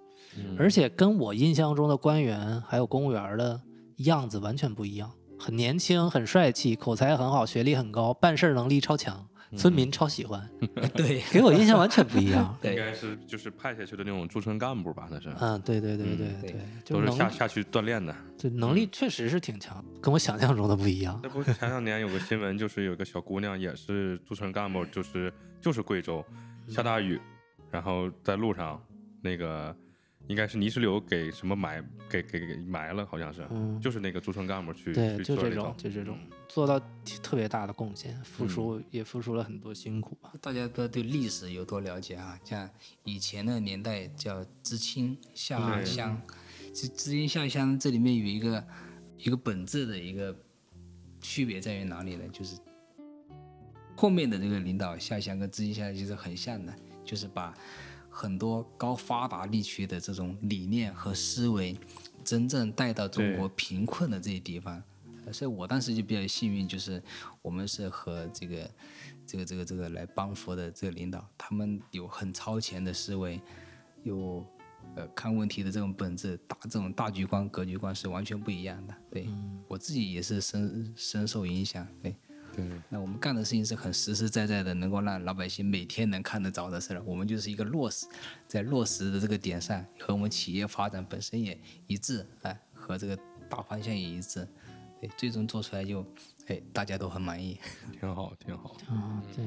S1: 而且跟我印象中的官员还有公务员的样子完全不一样，很年轻，很帅气，口才很好，学历很高，办事能力超强，
S3: 嗯
S1: 村民超喜欢，
S2: 对。
S1: 给我印象完全不一样
S3: 应
S2: 对
S3: 该是就是派下去的那种驻村干部吧，那是，
S1: 嗯，对对对对
S3: 嗯
S1: 对
S2: 对，
S1: 就
S3: 都
S1: 是
S3: 是下嗯
S1: 能
S3: 下去锻炼的。
S1: 对能力确实是挺强，跟我想象中的不一样。
S3: 那不前两年有个新闻，就是有个小姑娘也是驻村干部，就是就是贵州，
S1: 嗯
S3: 下大雨，然后在路上那个应该是泥石流给什么埋给给给埋了，好像是，
S1: 嗯，
S3: 就是那个驻村干部去
S1: 对，
S3: 去
S1: 就
S3: 村
S1: 这
S3: 里
S1: 种
S3: 头，
S1: 就这种，做到挺特别大的贡献，
S3: 嗯
S1: 付出也付出了很多辛苦吧。
S2: 大家都对历史有多了解啊？像以前的年代叫知青下
S3: 对
S2: 乡，知知青下乡这里面有一个一个本质的一个区别在于哪里呢？就是后面的这个领导下乡跟知青下乡其实很像的，就是把很多高发达地区的这种理念和思维，真正带到中国贫困的这些地方。呃所以我当时就比较幸运，就是我们是和这个这个这个这个来帮扶的这个领导，他们有很超前的思维，有呃看问题的这种本质，大这种大局观、格局观是完全不一样的。对、我自己也是深深受影响。对，
S3: 对，
S2: 那我们干的事情是很实实在在的，能够让老百姓每天能看得着的事儿。我们就是一个落实，在落实的这个点上，和我们企业发展本身也一致，哎，和这个大方向也一致，对，最终做出来就，哎，大家都很满意。
S3: 挺好挺好。
S1: 啊，对，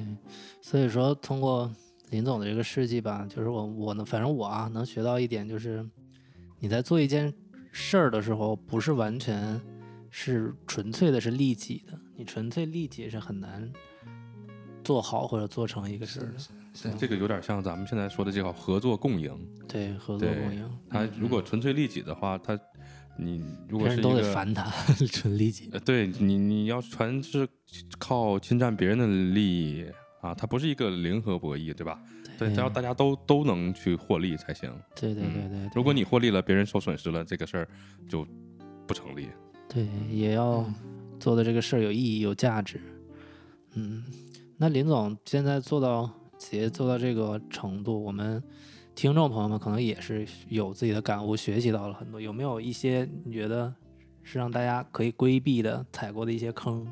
S1: 所以说通过林总的这个事迹吧，就是我我呢，反正我啊能学到一点，就是你在做一件事儿的时候，不是完全是纯粹的是利己的，你纯粹利己是很难做好或者做成一个事儿的。
S3: 这个有点像咱们现在说的这个合作共赢。
S1: 对，合作
S3: 对
S1: 共赢，，
S3: 他如果纯粹利己的话，他你如
S1: 嗯别
S3: 果是
S1: 人
S3: 一
S1: 都得
S3: 个
S1: 烦他， 纯利己。
S3: 呃，对你，你要全是靠侵占别人的利益啊，它不是一个零和博弈，对吧？对，它要大家都都能去获利才行。
S1: 对对对对对，
S3: 如果你获利了，别人受损失了，这个事儿就不成立。
S1: 对，也要做的这个事儿有意义、有价值。嗯，那林总现在做到企业做到这个程度，我们听众朋友们可能也是有自己的感悟，学习到了很多。有没有一些你觉得是让大家可以规避的、踩过的一些坑，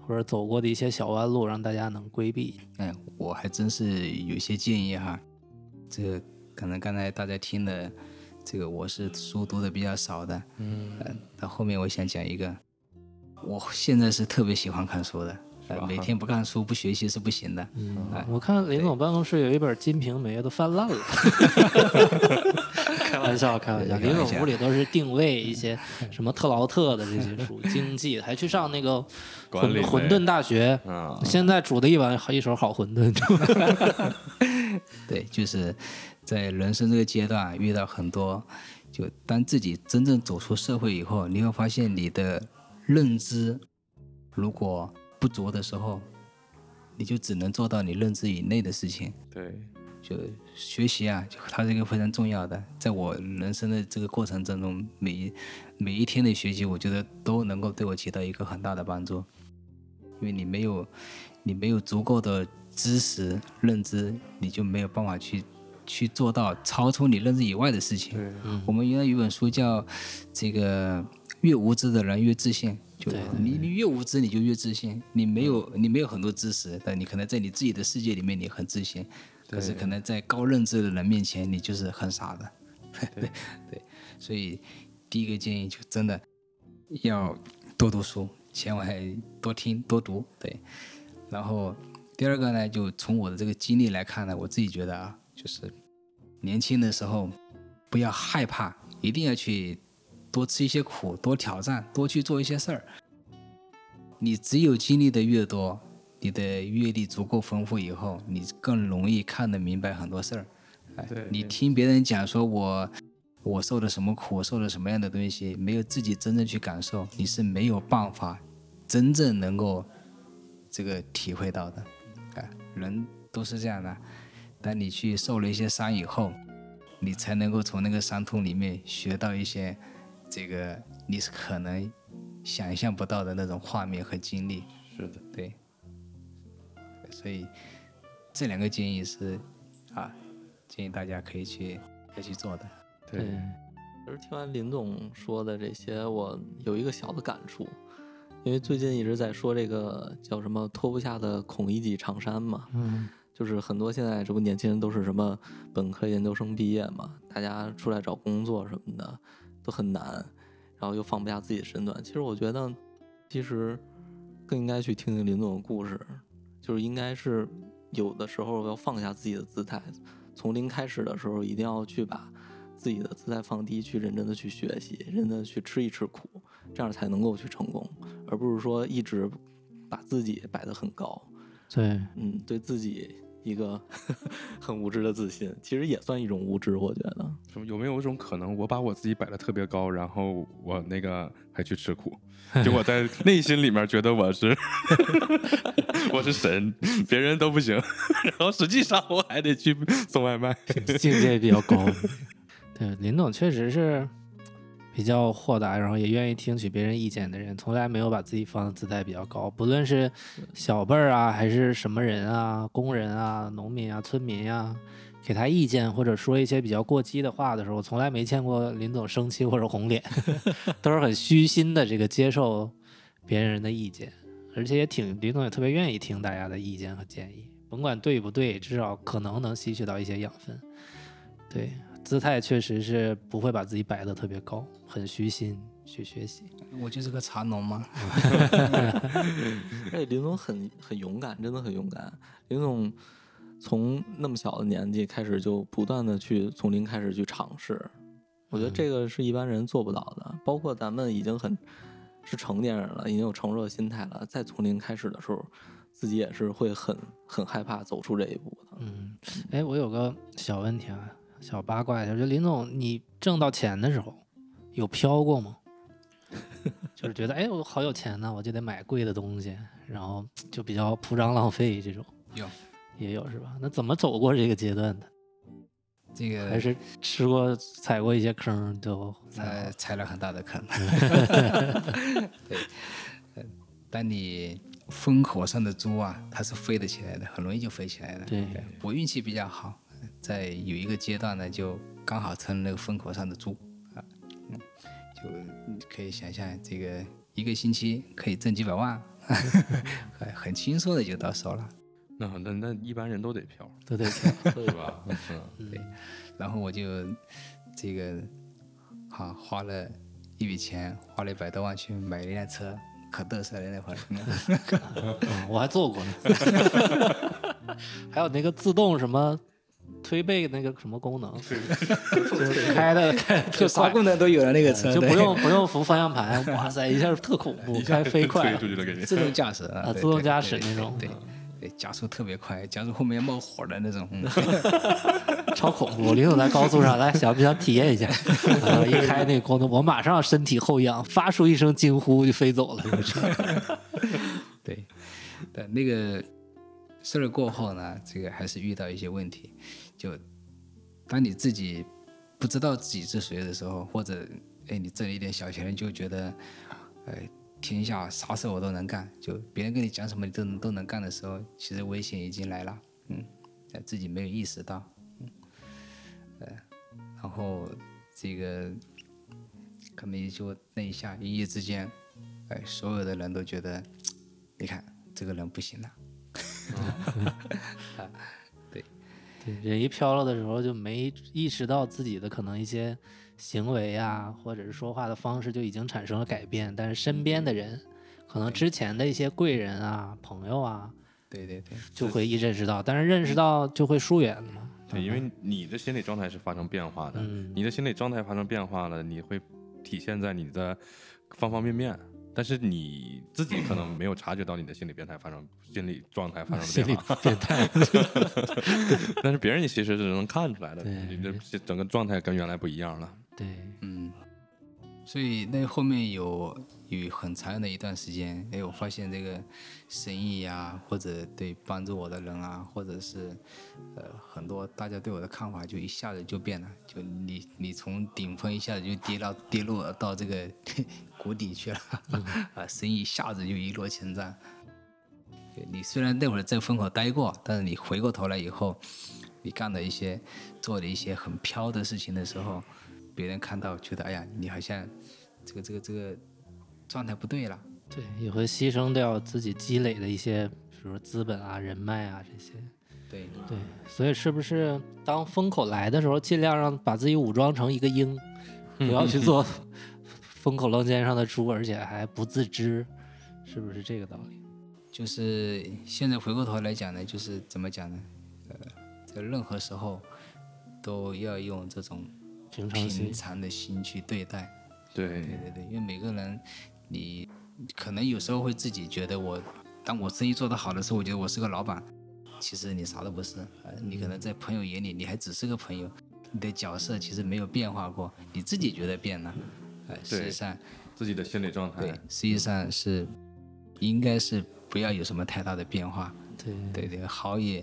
S1: 或者走过的一些小弯路，让大家能规避。
S2: 哎，我还真是有一些建议哈。这个可能刚才大家听了，这个我是书读的比较少的，嗯，到后面我想讲一个，我现在是特别喜欢看书的，呃，每天不看书不学习是不行的，嗯，哎、
S1: 我看林总办公室有一本《金瓶梅》都翻烂了，开玩笑， 开玩笑。林总屋里都是定位一些什么特劳特的这些 书，经济，还去上那个
S3: 管理
S1: 混混
S3: 类
S1: 沌大学，
S3: 啊，
S1: 现在煮的一碗一手好馄饨。
S2: 对，就是在人生这个阶段遇到很多，就当自己真正走出社会以后，你会发现你的认知如果不足的时候，你就只能做到你认知以内的事情。
S3: 对，
S2: 就学习啊，就它是一个非常重要的，在我人生的这个过程当中，每一每一天的学习，我觉得都能够对我起到一个很大的帮助，因为你没有你没有足够的知识认知，你就没有办法去去做到超出你认知以外的事情。
S3: 嗯
S2: 我们原来有本书叫这个越无知的人越自信。就你你越无知，你就越自信。你没有你没有很多知识，但你可能在你自己的世界里面你很自信，可是可能在高认知的人面前，你就是很傻的。 对对，所以第一个建议就真的要多读书，千万多听多读。对，然后第二个呢，就从我的这个经历来看呢，我自己觉得啊，就是年轻的时候不要害怕，一定要去多吃一些苦，多挑战，多去做一些事儿。你只有经历的越多，你的阅历足够丰富以后，你更容易看得明白很多事儿。哎，你听别人讲说我我受了什么苦，受了什么样的东西，没有自己真正去感受，你是没有办法真正能够这个体会到的。哎，人都是这样的，当你去受了一些伤以后，你才能够从那个伤痛里面学到一些这个你是可能想象不到的那种画面和经历。
S3: 是的，
S2: 对，所以这两个建议是啊，建议大家可以去可以去做的。
S3: 对，
S5: 嗯其实听完林总说的这些，我有一个小的感触，因为最近一直在说这个叫什么“脱不下的孔乙己长衫”嘛，
S1: 嗯，
S5: 就是很多现在这不年轻人都是什么本科、研究生毕业嘛，大家出来找工作什么的都很难，然后又放不下自己的身段。其实我觉得，其实更应该去听听林总的故事，就是应该是有的时候要放下自己的姿态，从零开始的时候一定要去把自己的姿态放低，去认真的去学习，认真的去吃一吃苦，这样才能够去成功，而不是说一直把自己摆得很高。
S1: 对，
S5: 嗯，对自己一个 很无知的自信，其实也算一种无知，我觉得。
S3: 什么有没有一种可能，我把我自己摆的特别高，然后我那个还去吃 苦，就我在内心里面觉得我是 我是神，别人都不行，然后实际上我还得去送外卖。
S1: 境界比较高。 对，林总确实是比较豁达，然后也愿意听取别人意见的人，从来没有把自己放的姿态比较高，不论是小辈儿啊，还是什么人啊，工人啊、农民啊、村民啊。给他意见或者说一些比较过激的话的时候，从来没见过林总生气或者红脸， 都是很虚心的这个接受别人的意见，而且也挺林总也特别愿意听大家的意见和建议，甭管对不对，至少可能能吸取到一些养分。对，姿态确实是不会把自己摆得特别高，很虚心去学习。
S2: 我就是个茶农嘛，
S5: 而且林总很很勇敢，真的很勇敢。林总从那么小的年纪开始就不断的去从零开始去尝试，我觉得这个是一般人做不到的。包括咱们已经很是成年人了，已经有成熟的心态了，再从零开始的时候，自己也是会很很害怕走出这一步的。
S1: 嗯，哎，我有个小问题啊，小八卦一下，就林总，你挣到钱的时候有飘过吗？就是觉得哎，我好有钱呢，我就得买贵的东西，然后就比较铺张浪费这种。
S2: 有
S1: 也有是吧？那怎么走过这个阶段的？
S2: 这个
S1: 还是吃过踩过一些坑就踩
S2: 呃
S1: 过？
S2: 踩了很大的坑。对，呃当你风口上的猪啊，它是飞得起来的，很容易就飞起来了。
S1: 对
S2: 我运气比较好，呃在有一个阶段呢，就刚好成了那个风口上的猪啊，嗯就你可以想象这个一个星期可以挣几百万啊， 很很轻松的就到手了。
S3: 那那那一般人都得飘，
S1: 对对对，
S3: 是 吧？嗯，
S2: 然后我就这个啊花了一笔钱，花了一百多万去买了一辆车，可嘚瑟了 那会儿。
S1: 嗯我还做过呢。 还有那个自动什么推背那个什么功能，就是开的开的特
S2: 就啥
S1: 快，
S2: 功能都有了那个车，
S1: 就
S2: 对
S1: 不用不用扶方向盘，哇塞，一下特恐怖，开飞快
S3: 推。出去了给你。
S2: 自动驾驶啊
S1: 啊 自
S2: 对
S1: 动
S2: 对
S1: 驾
S2: 对
S1: 驶
S2: 对
S1: 那种嗯
S2: 对。对，加速特别快，加速后面冒火的那种。嗯
S1: 超恐怖！林总在高速上来，想不想体验 一下？然后一开那个光头，我马上身体后仰，发出一声惊呼就飞走了。
S2: 对，但那个事儿过后呢，这个还是遇到一些问题。就当你自己不知道自己是谁的时候，或者哎你挣了一点小钱，就觉得呃天下啥事我都能干，就别人跟你讲什么你都能都能干的时候，其实危险已经来了，嗯，呃自己没有意识到，嗯，呃，然后这个可能也就那一下一夜之间，哎，所有的人都觉得。你看这个人不行了，
S1: 对，人一飘了的时候就没意识到自己的可能一些行为啊，或者是说话的方式就已经产生了改变，但是身边的人，可能之前的一些贵人啊、朋友啊，
S2: 对对对，
S1: 就会一认识到，但是认识到就会疏远嘛。
S3: 对，因为你的心理状态是发生变化的，
S1: 嗯
S3: 你的心理状态发生变化了，你会体现在你的方方面面，但是你自己可能没有察觉到你的心理变态发生、心理状态发 生了变化，
S1: 变态，
S3: 但是别人其实是能看出来的，
S1: 对
S3: 你这整个状态跟原来不一样了。
S1: 对，
S2: 嗯，所以那后面有有很长的一段时间，哎，我发现这个生意呀、或者对帮助我的人啊，或者是呃很多大家对我的看法就一下子就变了，就你你从顶峰一下子就跌到 跌落到这个 谷底去了，啊，生意一下子就一落千丈。对你虽然那会儿在风口待过，但是你回过头来以后，你干的一些做的一些很飘的事情的时候，别人看到觉得哎呀，你好像这个这个这个状态不对了。
S1: 对，也会牺牲掉自己积累的一些，比如说资本啊、人脉啊这些。
S2: 对，
S1: 对，所以是不是当风口来的时候，尽量让把自己武装成一个鹰，不要去做风口浪尖上的猪，而且还不自知，是不是这个道理？
S2: 就是现在回过头来讲呢，就是怎么讲呢？呃，在任何时候都要用这种
S1: 平常
S2: 平
S1: 心，
S2: 常的心去对待。
S3: 对，
S1: 嗯
S2: 对对对，因为每个人，你可能有时候会自己觉得我，当我生意做得好的时候，我觉得我是个老板，其实你啥都不是。呃你可能在朋友眼里，你还只是个朋友，你的角色其实没有变化过，你自己觉得变了，呃，实际上
S3: 自己的心理状
S2: 对
S3: 态，，
S2: 实际上是应该是不要有什么太大的变化。
S1: 对
S2: 对对，好也，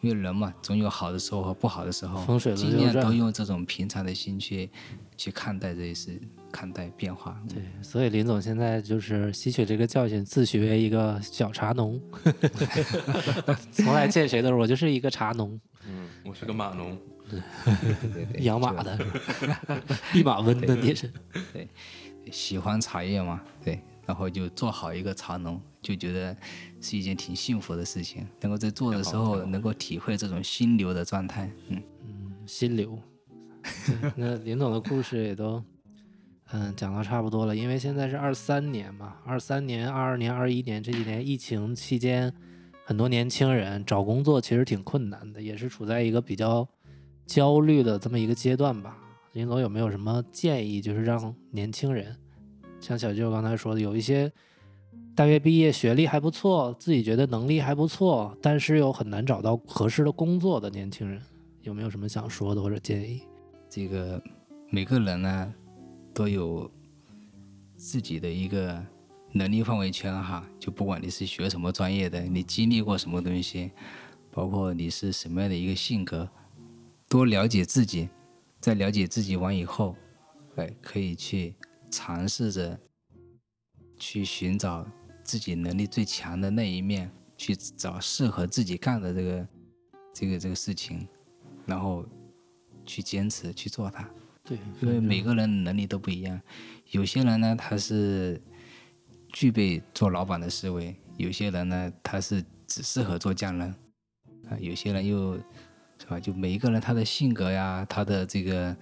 S2: 因为人嘛，总有好的时候和不好的时候，
S1: 风水轮
S2: 尽
S1: 流
S2: 量
S1: 转
S2: 都用这种平常的心去去看待这些事，看待变化。嗯
S1: 对，所以林总现在就是吸取这个教训，自诩为一个小茶农， 从来见谁都是我就是一个茶农，
S3: 嗯，我是个码农，
S2: 对 对，
S1: 养马的， 弼马温的你是，
S2: 喜欢茶叶嘛，对，然后就做好一个茶农，就觉得是一件挺幸福的事情。能够在做的时候能够体会这种心流的状态，嗯，
S1: 心流。对那林总的故事也都，嗯，讲到差不多了。因为现在是二三年嘛，二三年、二二年、二一年这几年疫情期间，很多年轻人找工作其实挺困难的，也是处在一个比较焦虑的这么一个阶段吧。林总有没有什么建议，就是让年轻人，像小舅刚才说的，有一些大学毕业学历还不错，自己觉得能力还不错，但是又很难找到合适的工作的年轻人？有没有什么想说的或者建议？
S2: 这个每个人呢都有自己的一个能力范围圈哈，就不管你是学什么专业的，你经历过什么东西，包括你是什么样的一个性格，多了解自己，在了解自己完以后，哎，可以去尝试着去寻找自己能力最强的那一面，去找适合自己干的这个这个这个事情，然后去坚持去做它。
S1: 对，
S2: 因为每个人能力都不一样，有些人呢他是具备做老板的思维，有些人呢，他是只适合做匠人，啊，有些人又是吧？就每一个人他的性格呀，他的这个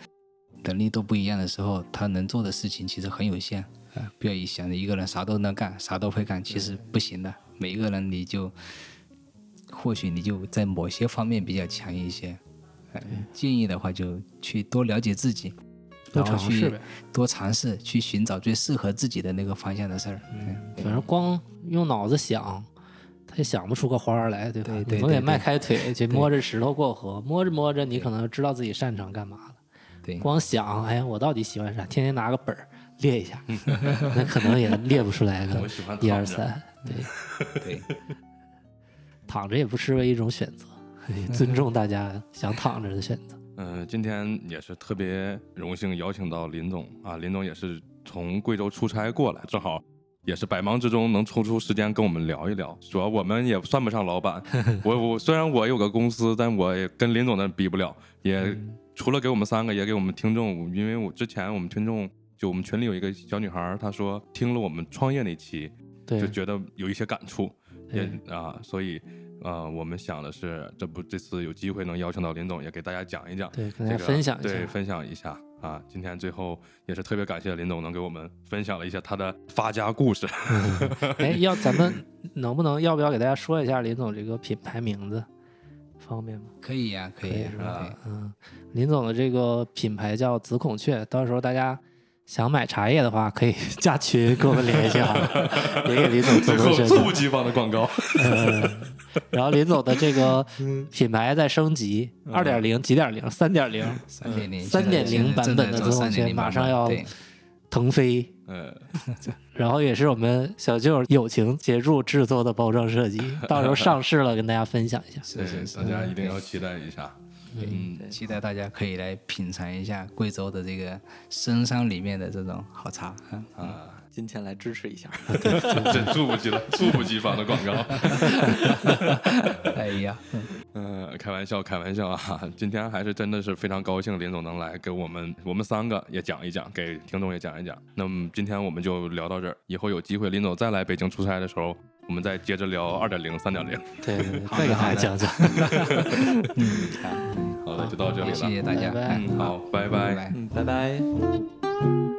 S2: 能力都不一样的时候，他能做的事情其实很有限啊。不要一想着一个人啥都能干，啥都会干，其实不行的。每一个人你就或许你就在某些方面比较强一些。呃建议的话，就去多了解自己，
S1: 多
S2: 然
S1: 尝
S2: 后去
S1: 试呗。
S2: 多尝试，去寻找最适合自己的那个方向的事儿。嗯，
S1: 反正光用脑子想，他也想不出个花儿来，对吧？
S2: 对
S1: 你
S2: 对
S1: 总
S2: 对
S1: 得
S2: 对
S1: 迈开腿去摸着石头过河，摸着摸着，你可能知道自己擅长干嘛了。
S2: 对，
S1: 光想，哎呀，我到底喜欢啥？天天拿个本儿列一下，那可能也列不出来个
S3: 我喜欢躺
S1: 一嗯二
S3: 着
S1: 三。
S2: 对，
S1: 躺着也不失为一种选择，尊重大家想躺着的选择。
S3: 嗯、今天也是特别荣幸邀请到林总啊，林总也是从贵州出差过来，正好也是百忙之中能抽出时间跟我们聊一聊。主要我们也算不上老 板，我我虽然我有个公司，但我也跟林总那比不了，也
S1: 嗯
S3: 除了给我们三个，也给我们听众，因为我之前我们听众就我们群里有一个小女孩儿，她说听了我们创业那期，
S1: 对
S3: 就，觉得有一些感触，也
S1: 对
S3: 啊，所以呃，我们想的是，这不这次有机会能邀请到林总，也给大家讲一讲，
S1: 对，跟
S3: 这
S1: 大
S3: 个
S1: 家分享一
S3: 对，
S1: 下。
S3: 分享一下啊。今天最后也是特别感谢林总能给我们分享了一下他的发家故事。
S1: 哎，要咱们能不能要不要给大家说一下林总这个品牌名字，方便吗？
S2: 可以呀、可以呀、
S1: 是
S2: 啊
S1: 吧？嗯，林总的这个品牌叫紫孔雀，到时候大家想买茶叶的话，可以 加群跟我们联系 啊，也给林总
S3: 最
S1: 做做
S3: 后
S1: 宣
S3: 猝不
S1: 传。
S3: 及防的广告，
S1: 嗯然后林总的这个品牌在升级，二点零、几点零、三点零、
S2: 三点零，
S1: 呃三点零版本的
S2: 紫
S1: 紫孔雀马上要
S2: 对
S1: 腾飞。
S3: 呃，
S1: 然后也是我们小舅友情协助制作的包装设计，到时候上市了跟大家分享一下。
S2: 是
S3: 对
S2: 是是
S3: 大，家一定要期待一下。嗯，
S2: 期待大家可以来品尝一下贵州的这个深山里面的这种好茶。嗯
S5: 金钱来支持一下。
S3: 这猝不及防、猝不及防的广告。
S2: 哎呀，
S3: 嗯，开玩笑，开玩笑啊！今天还是真的是非常高兴，林总能来给我们我们三个也讲一讲，给听众也讲一讲。那么今天我们就聊到这儿，以后有机会林总再来北京出差的时候，我们再接着聊二点零、三点零。
S1: 对对，对 再给大家讲讲。
S3: 好的，就到这里
S2: 谢
S3: 了。
S2: 谢大
S1: 拜
S2: 家，
S1: 拜
S2: 嗯
S3: 嗯，好，拜
S2: 拜拜。
S5: 嗯，拜拜。